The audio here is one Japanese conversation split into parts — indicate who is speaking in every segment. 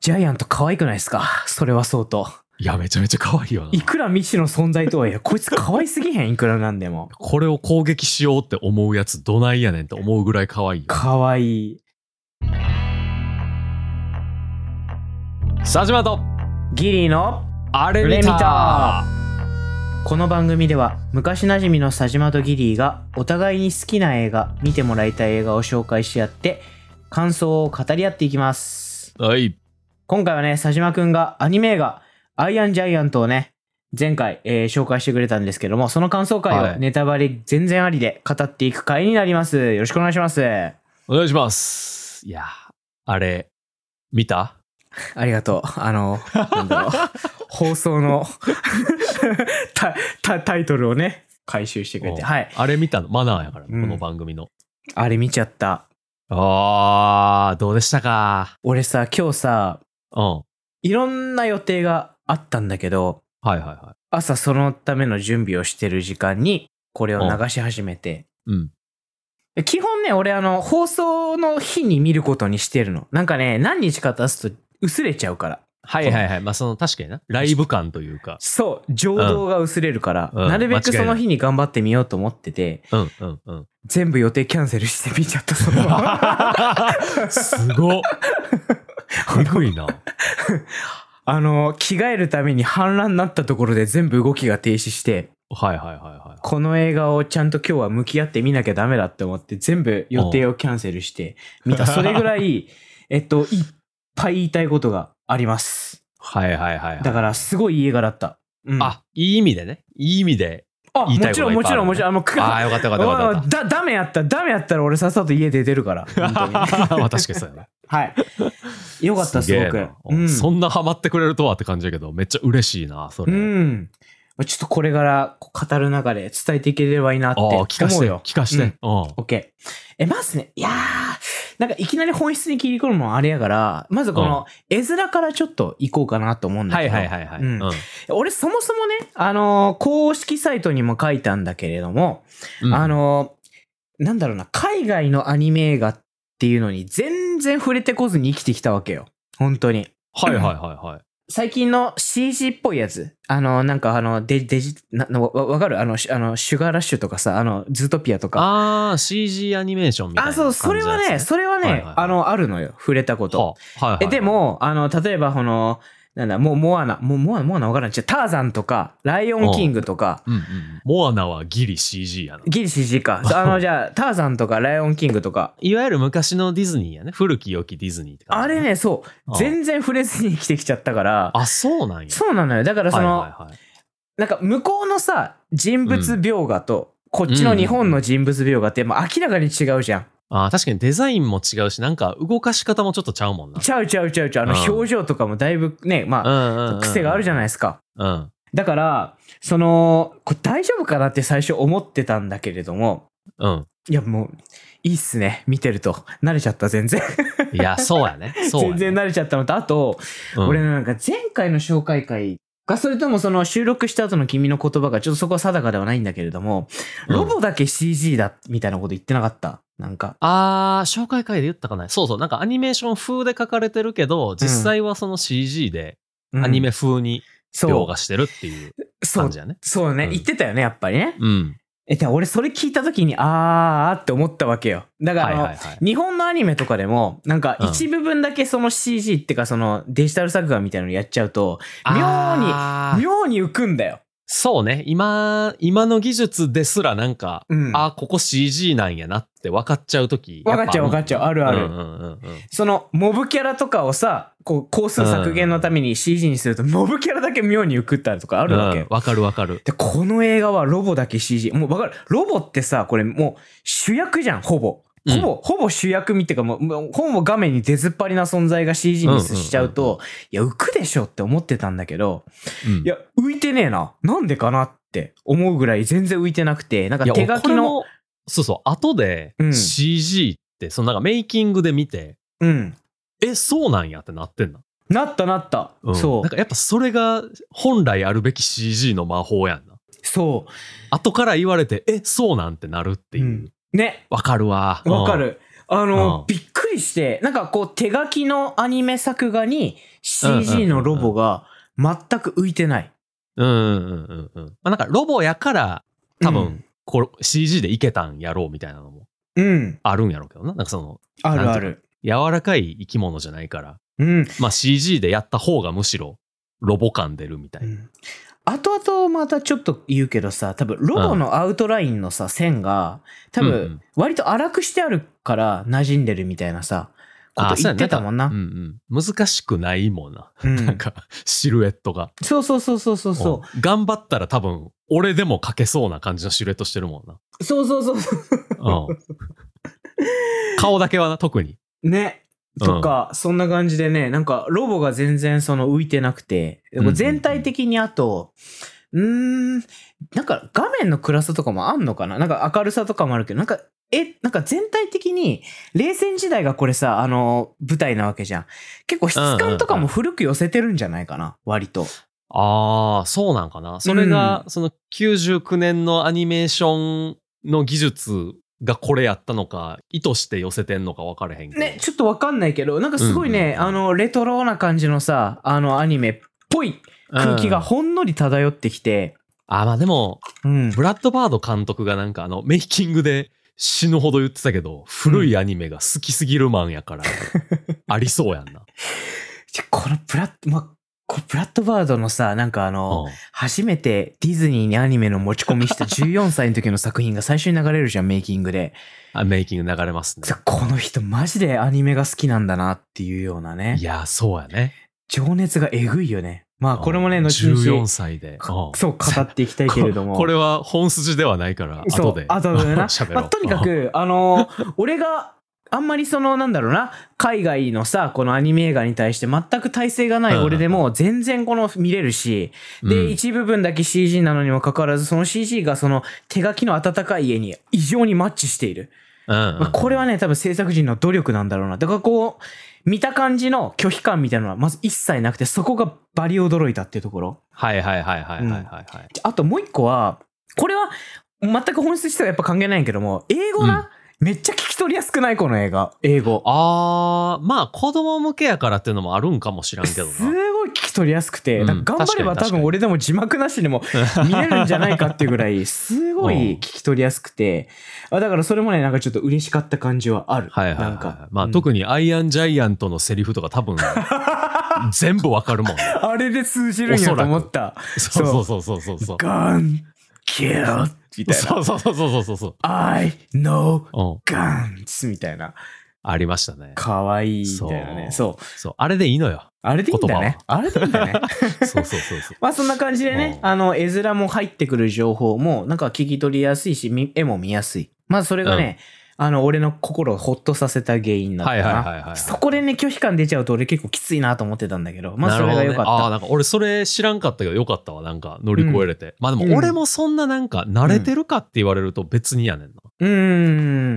Speaker 1: ジャイアント可愛くないですかそれはそうと。
Speaker 2: いや、めちゃめちゃ可愛いよな。
Speaker 1: いくら未知の存在とはいえ、こいつ可愛すぎへんいくらなんでも。
Speaker 2: これを攻撃しようって思うやつ、どないやねんって思うぐらい可愛いよ。
Speaker 1: 可愛い。
Speaker 2: 佐島と、
Speaker 1: ギリの
Speaker 2: あれ見
Speaker 1: 見
Speaker 2: た
Speaker 1: たこの番組では昔なじみの佐島とギリーがお互いに好きな映画見てもらいたい映画を紹介し合って感想を語り合っていきます
Speaker 2: はい。
Speaker 1: 今回はね佐島くんがアニメ映画「アイアンジャイアント」をね前回、えー紹介してくれたんですけどもその感想
Speaker 2: は
Speaker 1: 会
Speaker 2: い
Speaker 1: をネタバレ全然ありで語っていく回になります、よろしくお願いしますあ
Speaker 2: お願いします。いや、あれ、見た
Speaker 1: りがとうあのなん だろう放送 のタタタイトルをね回収してくれて
Speaker 2: うん
Speaker 1: はい
Speaker 2: あれ見たのマナーやから、
Speaker 1: うん
Speaker 2: この番組の。
Speaker 1: あれ見ちゃった。
Speaker 2: あー、どうでしたか
Speaker 1: 俺さ、今日さ、
Speaker 2: うん。はい
Speaker 1: ろんな予定があったんだけど、
Speaker 2: いはいは
Speaker 1: 朝そのための準備をしてる時間に、これを流し始めて。
Speaker 2: い。うん。
Speaker 1: で基本ね、俺あの、放送の日に見ることにしてるの。なんかね、何日か経つと薄れちゃうから。
Speaker 2: はいはいはい。まあ、その、確かにな。ライブ感というか。
Speaker 1: そう、情動が薄れるから、
Speaker 2: うんうん
Speaker 1: なるべ
Speaker 2: 間違
Speaker 1: く
Speaker 2: いない
Speaker 1: その日に頑張ってみようと思ってて、
Speaker 2: うんうんうん。
Speaker 1: 全部予定キャンセルして見ちゃったその まま
Speaker 2: す ごっ。えぐいな。
Speaker 1: あの、着替えるために反乱になったところで全部動きが停止して、
Speaker 2: はいはいはいはい。
Speaker 1: この映画をちゃんと今日は向き合って見なきゃダメだって思って全部予定をキャンセルして見 た。それぐらい、えっと、いっぱい言いたいことがあります。
Speaker 2: はいはいはいはい。
Speaker 1: だからすごいいい映画だった。うん、
Speaker 2: あ、いい意味でね。いい意味で。
Speaker 1: あ
Speaker 2: 言いた
Speaker 1: も
Speaker 2: いこ
Speaker 1: ち
Speaker 2: と
Speaker 1: ろん
Speaker 2: がいっ
Speaker 1: もち
Speaker 2: ぱいある
Speaker 1: ろんもちろん。あの、く
Speaker 2: ああ、よかったよかったよか
Speaker 1: うんだダメやった。ダメやったら俺さっさと家出てる から。
Speaker 2: っ
Speaker 1: 本当に
Speaker 2: た。まあ確 かにそうやな。
Speaker 1: はい。よかった、す
Speaker 2: げえ
Speaker 1: ご
Speaker 2: な
Speaker 1: く。
Speaker 2: うんそんなハマってくれるとはって感じやけど、めっちゃ嬉しいな、そうれ。
Speaker 1: ん。ちょっとこれから語る中で伝えていければいいなって
Speaker 2: ああ、
Speaker 1: 思うよ。
Speaker 2: 聞かして、聞かして。
Speaker 1: う
Speaker 2: うんん。
Speaker 1: OK。え、まずね、いやー、なんかいきなり本質に切り込むのもあれやから、まずこの絵面からちょっと行こうかなと思うんだ
Speaker 2: は
Speaker 1: け
Speaker 2: い
Speaker 1: ど、
Speaker 2: はいはいはい。
Speaker 1: うん俺そもそもね、あのー公式サイトにも書いたんだけれども、
Speaker 2: うん
Speaker 1: あ、のーなんだろうな、海外のアニメ映画っていうのに全然触れてこずに生きてきたわけよ。本当に。
Speaker 2: はいはいはいはい。
Speaker 1: 最近の CG っぽいやつ。あのー、なんかあの、デジ、デジ、ななわわかるあの、しあの、シュガーラッシュとかさ、あの、ズートピアとか。
Speaker 2: ああ、CG アニメーションみたいな
Speaker 1: あ、
Speaker 2: 感じの
Speaker 1: そう、
Speaker 2: やつ。
Speaker 1: それはね、それはね、
Speaker 2: はいはいはい
Speaker 1: あの、あるのよ。触れたこと。
Speaker 2: はあ、はいはいはい。
Speaker 1: え、で、も、あの、例えば、この、なんだ、もう、モアナ、もう、モアナ、モアナわからん。じゃターザンとか、ライオンキングとか、
Speaker 2: うんうん。モアナはギリ CG やな。
Speaker 1: ギリ CG か。あの、じゃあ、ターザンとか、ライオンキングとか、
Speaker 2: いわゆる昔のディズニーやね。古き良きディズニーって感じ
Speaker 1: あれ。ね、そ
Speaker 2: あ
Speaker 1: う、全然触れずに生きてきちゃったから、
Speaker 2: あ、そうなんや。
Speaker 1: そうなのよ。だから、その、
Speaker 2: はいはいはい、
Speaker 1: なんか、向こうのさ、人物描画と、こっちの日本の人物描画って、もう明らかに違うじゃん。
Speaker 2: あー確かにデザインも違うし、なんか動かし方もちょっとちゃうもんな。
Speaker 1: ちゃうちゃうちゃうちゃう。あの、
Speaker 2: うん
Speaker 1: 表情とかもだいぶね、ま
Speaker 2: うんうんうん
Speaker 1: あ、癖があるじゃないですか。
Speaker 2: うん。
Speaker 1: だから、その、これ大丈夫かなって最初思ってたんだけれども、
Speaker 2: うん。
Speaker 1: いやもう、いいっすね。見てると。慣れちゃった、全然。
Speaker 2: い や、そうやね。そうやね
Speaker 1: 全然慣れちゃったのと、あと、
Speaker 2: うん
Speaker 1: 俺なんか前回の紹介会が、それともその収録した後の君の言葉が、ちょっとそこは定かではないんだけれども、
Speaker 2: うん
Speaker 1: ロボだけ CG だ、みたいなこと言ってなかった。なんか。
Speaker 2: あー、紹介会で言ったかな。そうそう。なんかアニメーション風で書かれてるけど、実際はその CG で
Speaker 1: うん
Speaker 2: アニメ風に描
Speaker 1: そ
Speaker 2: 画してるっていう
Speaker 1: う。そ
Speaker 2: 感
Speaker 1: う
Speaker 2: じ。やね。
Speaker 1: そうね。
Speaker 2: うん
Speaker 1: 言ってたよね、やっぱりね。
Speaker 2: うん。
Speaker 1: え、で俺それ聞いた時に、あーって思ったわけよ。だから、
Speaker 2: は
Speaker 1: あ
Speaker 2: い
Speaker 1: の
Speaker 2: はいはい。
Speaker 1: 日本のアニメとかでも、なんか
Speaker 2: うん
Speaker 1: 一部分だけその CG ってかそのデジタル作画みたいなのやっちゃうと、妙に
Speaker 2: あー
Speaker 1: 妙に浮くんだよ。
Speaker 2: そうね。今、今の技術ですらなんか、
Speaker 1: うん。
Speaker 2: あー、ここ CG なんやなって分かっちゃうとき。
Speaker 1: 分かっちゃう分かっちゃう。あるある。
Speaker 2: うんうんうんうん。
Speaker 1: その、モブキャラとかをさ、こう、工数削減のために CG にすると、モブキャラだけ妙に浮くったりとかあ
Speaker 2: あ
Speaker 1: るわけよ。
Speaker 2: わかるわかる。
Speaker 1: で、この映画はロボだけ CG。もうわかる。ロボってさ、これもう主役じゃん、ほぼ。ほぼ、ほぼ主役みてかもう、もうほぼ画面に出ずっぱりな存在が CG にしちゃう
Speaker 2: うん
Speaker 1: と、いや、浮くでしょって思ってたんだけど、
Speaker 2: うん
Speaker 1: いや、浮いてねえな。なんでかなって思うぐらい全然浮いてなくて、なんか
Speaker 2: いや
Speaker 1: 手書
Speaker 2: こ
Speaker 1: き
Speaker 2: れ
Speaker 1: の、
Speaker 2: もそうそう、後で
Speaker 1: うん
Speaker 2: CG って、そのなんかメイキングで見て、
Speaker 1: うん。
Speaker 2: え、そうなんやってなってんな。
Speaker 1: なったなった。
Speaker 2: うん
Speaker 1: そ
Speaker 2: なん
Speaker 1: う。
Speaker 2: かやっぱそれが本来あるべき CG の魔法やんな。
Speaker 1: そ
Speaker 2: 後から言われて、え、そうなんてなるっていうう。
Speaker 1: んう。ね。
Speaker 2: わかるわ。
Speaker 1: わかる。あの、
Speaker 2: うん
Speaker 1: びっくりして、なんかこう手書きのアニメ作画に
Speaker 2: うんうんうん
Speaker 1: CG
Speaker 2: うん
Speaker 1: のロボが全く浮いてない。
Speaker 2: うんうんうんうん。まあ、なんかロボやから、多分、これ CG でいけたんやろうみたいなのも
Speaker 1: うん。うん。
Speaker 2: あるんやろうけどな。なんかその、
Speaker 1: あるあ
Speaker 2: な
Speaker 1: る。
Speaker 2: 柔らかい生き物じゃないから、
Speaker 1: うん。
Speaker 2: まあ CG でやった方がむしろロボ感出るみたいな。
Speaker 1: 後々またちょっと言うけどさ、多分ロボのアウトラインのさ、線が、多
Speaker 2: うんう
Speaker 1: 分
Speaker 2: ん
Speaker 1: 割と荒くしてあるから馴染んでるみたいなさ、こと
Speaker 2: そう
Speaker 1: 言
Speaker 2: や
Speaker 1: っ
Speaker 2: ね
Speaker 1: てたもんな
Speaker 2: う。んうん。難しくないもんな。
Speaker 1: うん
Speaker 2: なんか、シルエットが。
Speaker 1: そうそうそうそうそうそう。
Speaker 2: うん頑張ったら多分、俺でも描けそうな感じのシルエットしてるもんな。
Speaker 1: そうそうそうそ
Speaker 2: うん。顔だけはな、特に。
Speaker 1: う。ね。
Speaker 2: うん
Speaker 1: とか、そんな感じでね、なんかロボが全然その浮いてなくて、でも全体的にあと、うーん、なんか画面の暗さとかもあんのかななんか明るさとかもあるけど、なんか、え、なんか全体的に、冷戦時代がこれさ、あの、舞台なわけじゃん。結構質感とかも古く寄せてるんじゃないかな割と。
Speaker 2: ああ、そうなんかな。それが、その99年のアニメーションの技術がこれやったのか、意図して寄せてんのか分かれへんけど。
Speaker 1: ね、ちょっとわかんないけど、なんかすごいね、
Speaker 2: うんうん
Speaker 1: あの、レトロな感じのさ、あの、アニメっぽい空気が
Speaker 2: うん
Speaker 1: ほんのり漂ってきて、
Speaker 2: あーまあでも、
Speaker 1: うん。
Speaker 2: ブラッドバード監督がなんかあの、メイキングで死ぬほど言ってたけど、古いアニメが好きすぎるマンやから、ありそうや んな。
Speaker 1: じゃこのプラッ、ま、こうプラットバードのさ、なんかあの、
Speaker 2: うん
Speaker 1: 初めてディズニーにアニメの持ち込み した14歳の時の作品が最初に流れるじゃん、メイキングで。
Speaker 2: あメイキング流れますね。
Speaker 1: さこの人マジでアニメが好きなんだなっていうようないね。
Speaker 2: やー、そうやね。
Speaker 1: 情熱がえぐいよね。まあこれもね、
Speaker 2: うん
Speaker 1: 後
Speaker 2: 14
Speaker 1: 々、
Speaker 2: 歳で。
Speaker 1: か
Speaker 2: うん
Speaker 1: そう、語っていきたいけれども。
Speaker 2: ここれ は本筋ではないから、
Speaker 1: そう
Speaker 2: 後で。
Speaker 1: 後でな
Speaker 2: 喋ろう。
Speaker 1: まあ、とにかく、あのー俺が、あんまりその、なんだろうな、海外のさ、このアニメ映画に対して全く耐性がない俺でも、全然この見れるし、
Speaker 2: うん、
Speaker 1: で、
Speaker 2: うん
Speaker 1: 一部分だけ CG なのにもかかわらず、その CG がその手書きの温かい絵に異常にマッチしている。
Speaker 2: うん
Speaker 1: まあ、これはね、多分制作陣の努力なんだろうな。だからこう、見た感じの拒否感みたいなのはまず一切なくて、そこがバリ驚いたっていうところ。
Speaker 2: はいはいはいはいはいはいはい。
Speaker 1: あともう一個は、これは全く本質とはやっぱ関係ないんやけども、英語な、めっちゃ聞き取りやすくないこの映画。英語。
Speaker 2: あー、まあ子供向けやからっていうのもあるんかもしらんけど
Speaker 1: すごい聞き取りやすくて、
Speaker 2: うん
Speaker 1: なんか頑張れば
Speaker 2: 確か
Speaker 1: 多
Speaker 2: に
Speaker 1: 分俺でも字幕なしでも
Speaker 2: な。
Speaker 1: 見れるんじゃないかっていうぐらい、すご
Speaker 2: う
Speaker 1: い
Speaker 2: ん
Speaker 1: 聞き取りやすくて、あだからそれもね、なんかちょっと嬉しかった感じはある。
Speaker 2: はいはい、はい。
Speaker 1: なんか。
Speaker 2: まあ、
Speaker 1: うん
Speaker 2: 特にアイアンジャイアントのセリフとか 多分、全部わかるもん、ね。
Speaker 1: あれで通じるんやと思った。
Speaker 2: そうそうそうそうそうそう。
Speaker 1: ガン、キル、みたいな。
Speaker 2: そうそうそうそうそうそう。
Speaker 1: I know
Speaker 2: うん。
Speaker 1: guns みたいな。
Speaker 2: ありましたね。
Speaker 1: かわいい、みたいなね。
Speaker 2: そ
Speaker 1: そう。
Speaker 2: そう。あれでいいのよ。
Speaker 1: あれでいいんだね。あれでいいん だね。
Speaker 2: そうそうそうそう。
Speaker 1: まあそんな感じでね、
Speaker 2: うん
Speaker 1: あの、絵面も入ってくる情報も、なんか聞き取りやすいし、み絵も見やすい。まあそれがね、あの、俺の心をほっとさせた原因だった
Speaker 2: はい
Speaker 1: な。
Speaker 2: はいはいはい。
Speaker 1: そこでね、拒否感出ちゃうと俺結構きついなと思ってたんだけど、まあ
Speaker 2: な
Speaker 1: そ
Speaker 2: るほ
Speaker 1: れ
Speaker 2: ど
Speaker 1: が
Speaker 2: ね
Speaker 1: 良かっ
Speaker 2: ああ、
Speaker 1: た。
Speaker 2: なんか俺それ知らんかったけどよかったわ。なんか乗り越えれて。まあでも俺もそんななんか慣れてるかって言われると別にやねんな。
Speaker 1: う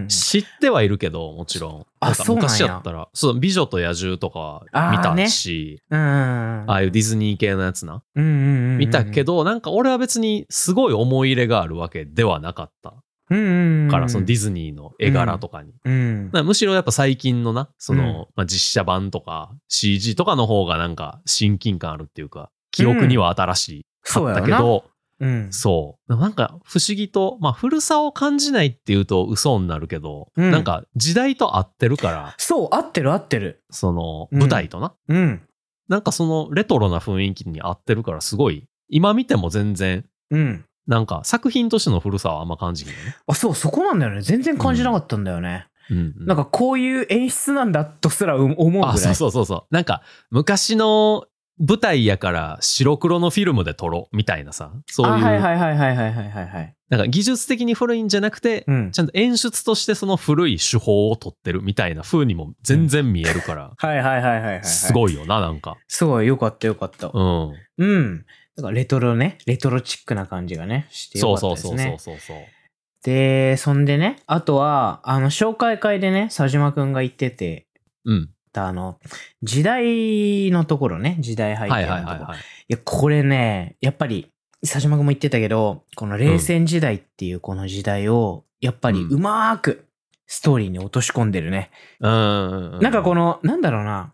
Speaker 1: ーん。
Speaker 2: 知ってはいるけど、もちろん。
Speaker 1: あ
Speaker 2: なんか
Speaker 1: そうなんや
Speaker 2: 昔やったら、そう、美女と野獣とか見
Speaker 1: あーね
Speaker 2: たし、
Speaker 1: うーん。
Speaker 2: ああいうディズニー系のやつな。
Speaker 1: うんうんうんうん。
Speaker 2: 見たけ
Speaker 1: ど、
Speaker 2: ど、なんか俺は別にすごい思い入れがあるわけではなかった
Speaker 1: うんうんうん。
Speaker 2: から、そのディ
Speaker 1: ィ
Speaker 2: ズニーの絵柄とかに。
Speaker 1: うん
Speaker 2: だ。からむしろやっぱ最近のな、その、まあ、実写版とか CG とかの方がなんか親近感あるっていうか、記憶には新しか
Speaker 1: そう
Speaker 2: っ
Speaker 1: や
Speaker 2: た
Speaker 1: ろ
Speaker 2: け
Speaker 1: な。
Speaker 2: ど、
Speaker 1: うん。
Speaker 2: そう。なんか不思議と、まあ古さを感じないっていうと嘘になるけど、
Speaker 1: うん
Speaker 2: なんか時代と合ってるから、
Speaker 1: そう、合ってる合ってる。
Speaker 2: その
Speaker 1: うん
Speaker 2: 舞台とな、
Speaker 1: うん。
Speaker 2: なんかそのレトロな雰囲気に合ってるからすごい、今見ても全然、
Speaker 1: うん。
Speaker 2: なんか作品としての古さはあんま感じひんよね。
Speaker 1: あ、そう、そこなんだよね。全然感じなかったんだよね。
Speaker 2: うんうん
Speaker 1: なんかこういう演出なんだとすら思うぐらい。
Speaker 2: あそうそうそうそうなんか昔の舞台やから白黒のフィルムで撮ろうみたいなさそういう、
Speaker 1: あはいはいはいはいはいはいはいはい。
Speaker 2: なんか技術的に古いんじゃなくて、
Speaker 1: うん
Speaker 2: ち。ゃんと演出としてその古い手法を撮ってるみたいな風にも全然見えるから、
Speaker 1: はいはいはいはいはい。
Speaker 2: す
Speaker 1: い。
Speaker 2: ごいよななんか
Speaker 1: すごい、よかったよかった。
Speaker 2: うん
Speaker 1: うん。だからレトロね、レトロチックな感じがね、して
Speaker 2: そ
Speaker 1: よ
Speaker 2: う
Speaker 1: かった
Speaker 2: そう
Speaker 1: ですね。
Speaker 2: そうそうそうそう
Speaker 1: で、そんでね、あとは、あの、紹介会でね、佐島くんが言ってて、
Speaker 2: うん
Speaker 1: あの、時代のところね、時代背景のところ。
Speaker 2: はい
Speaker 1: い
Speaker 2: はいはいはい
Speaker 1: や、これね、やっぱり、佐島くんも言ってたけど、この冷戦時代っていうこの時代を、やっぱりうまーくストーリーに落とし込んでるね。
Speaker 2: うん。
Speaker 1: なんかこ
Speaker 2: の、
Speaker 1: の、なんだろうな、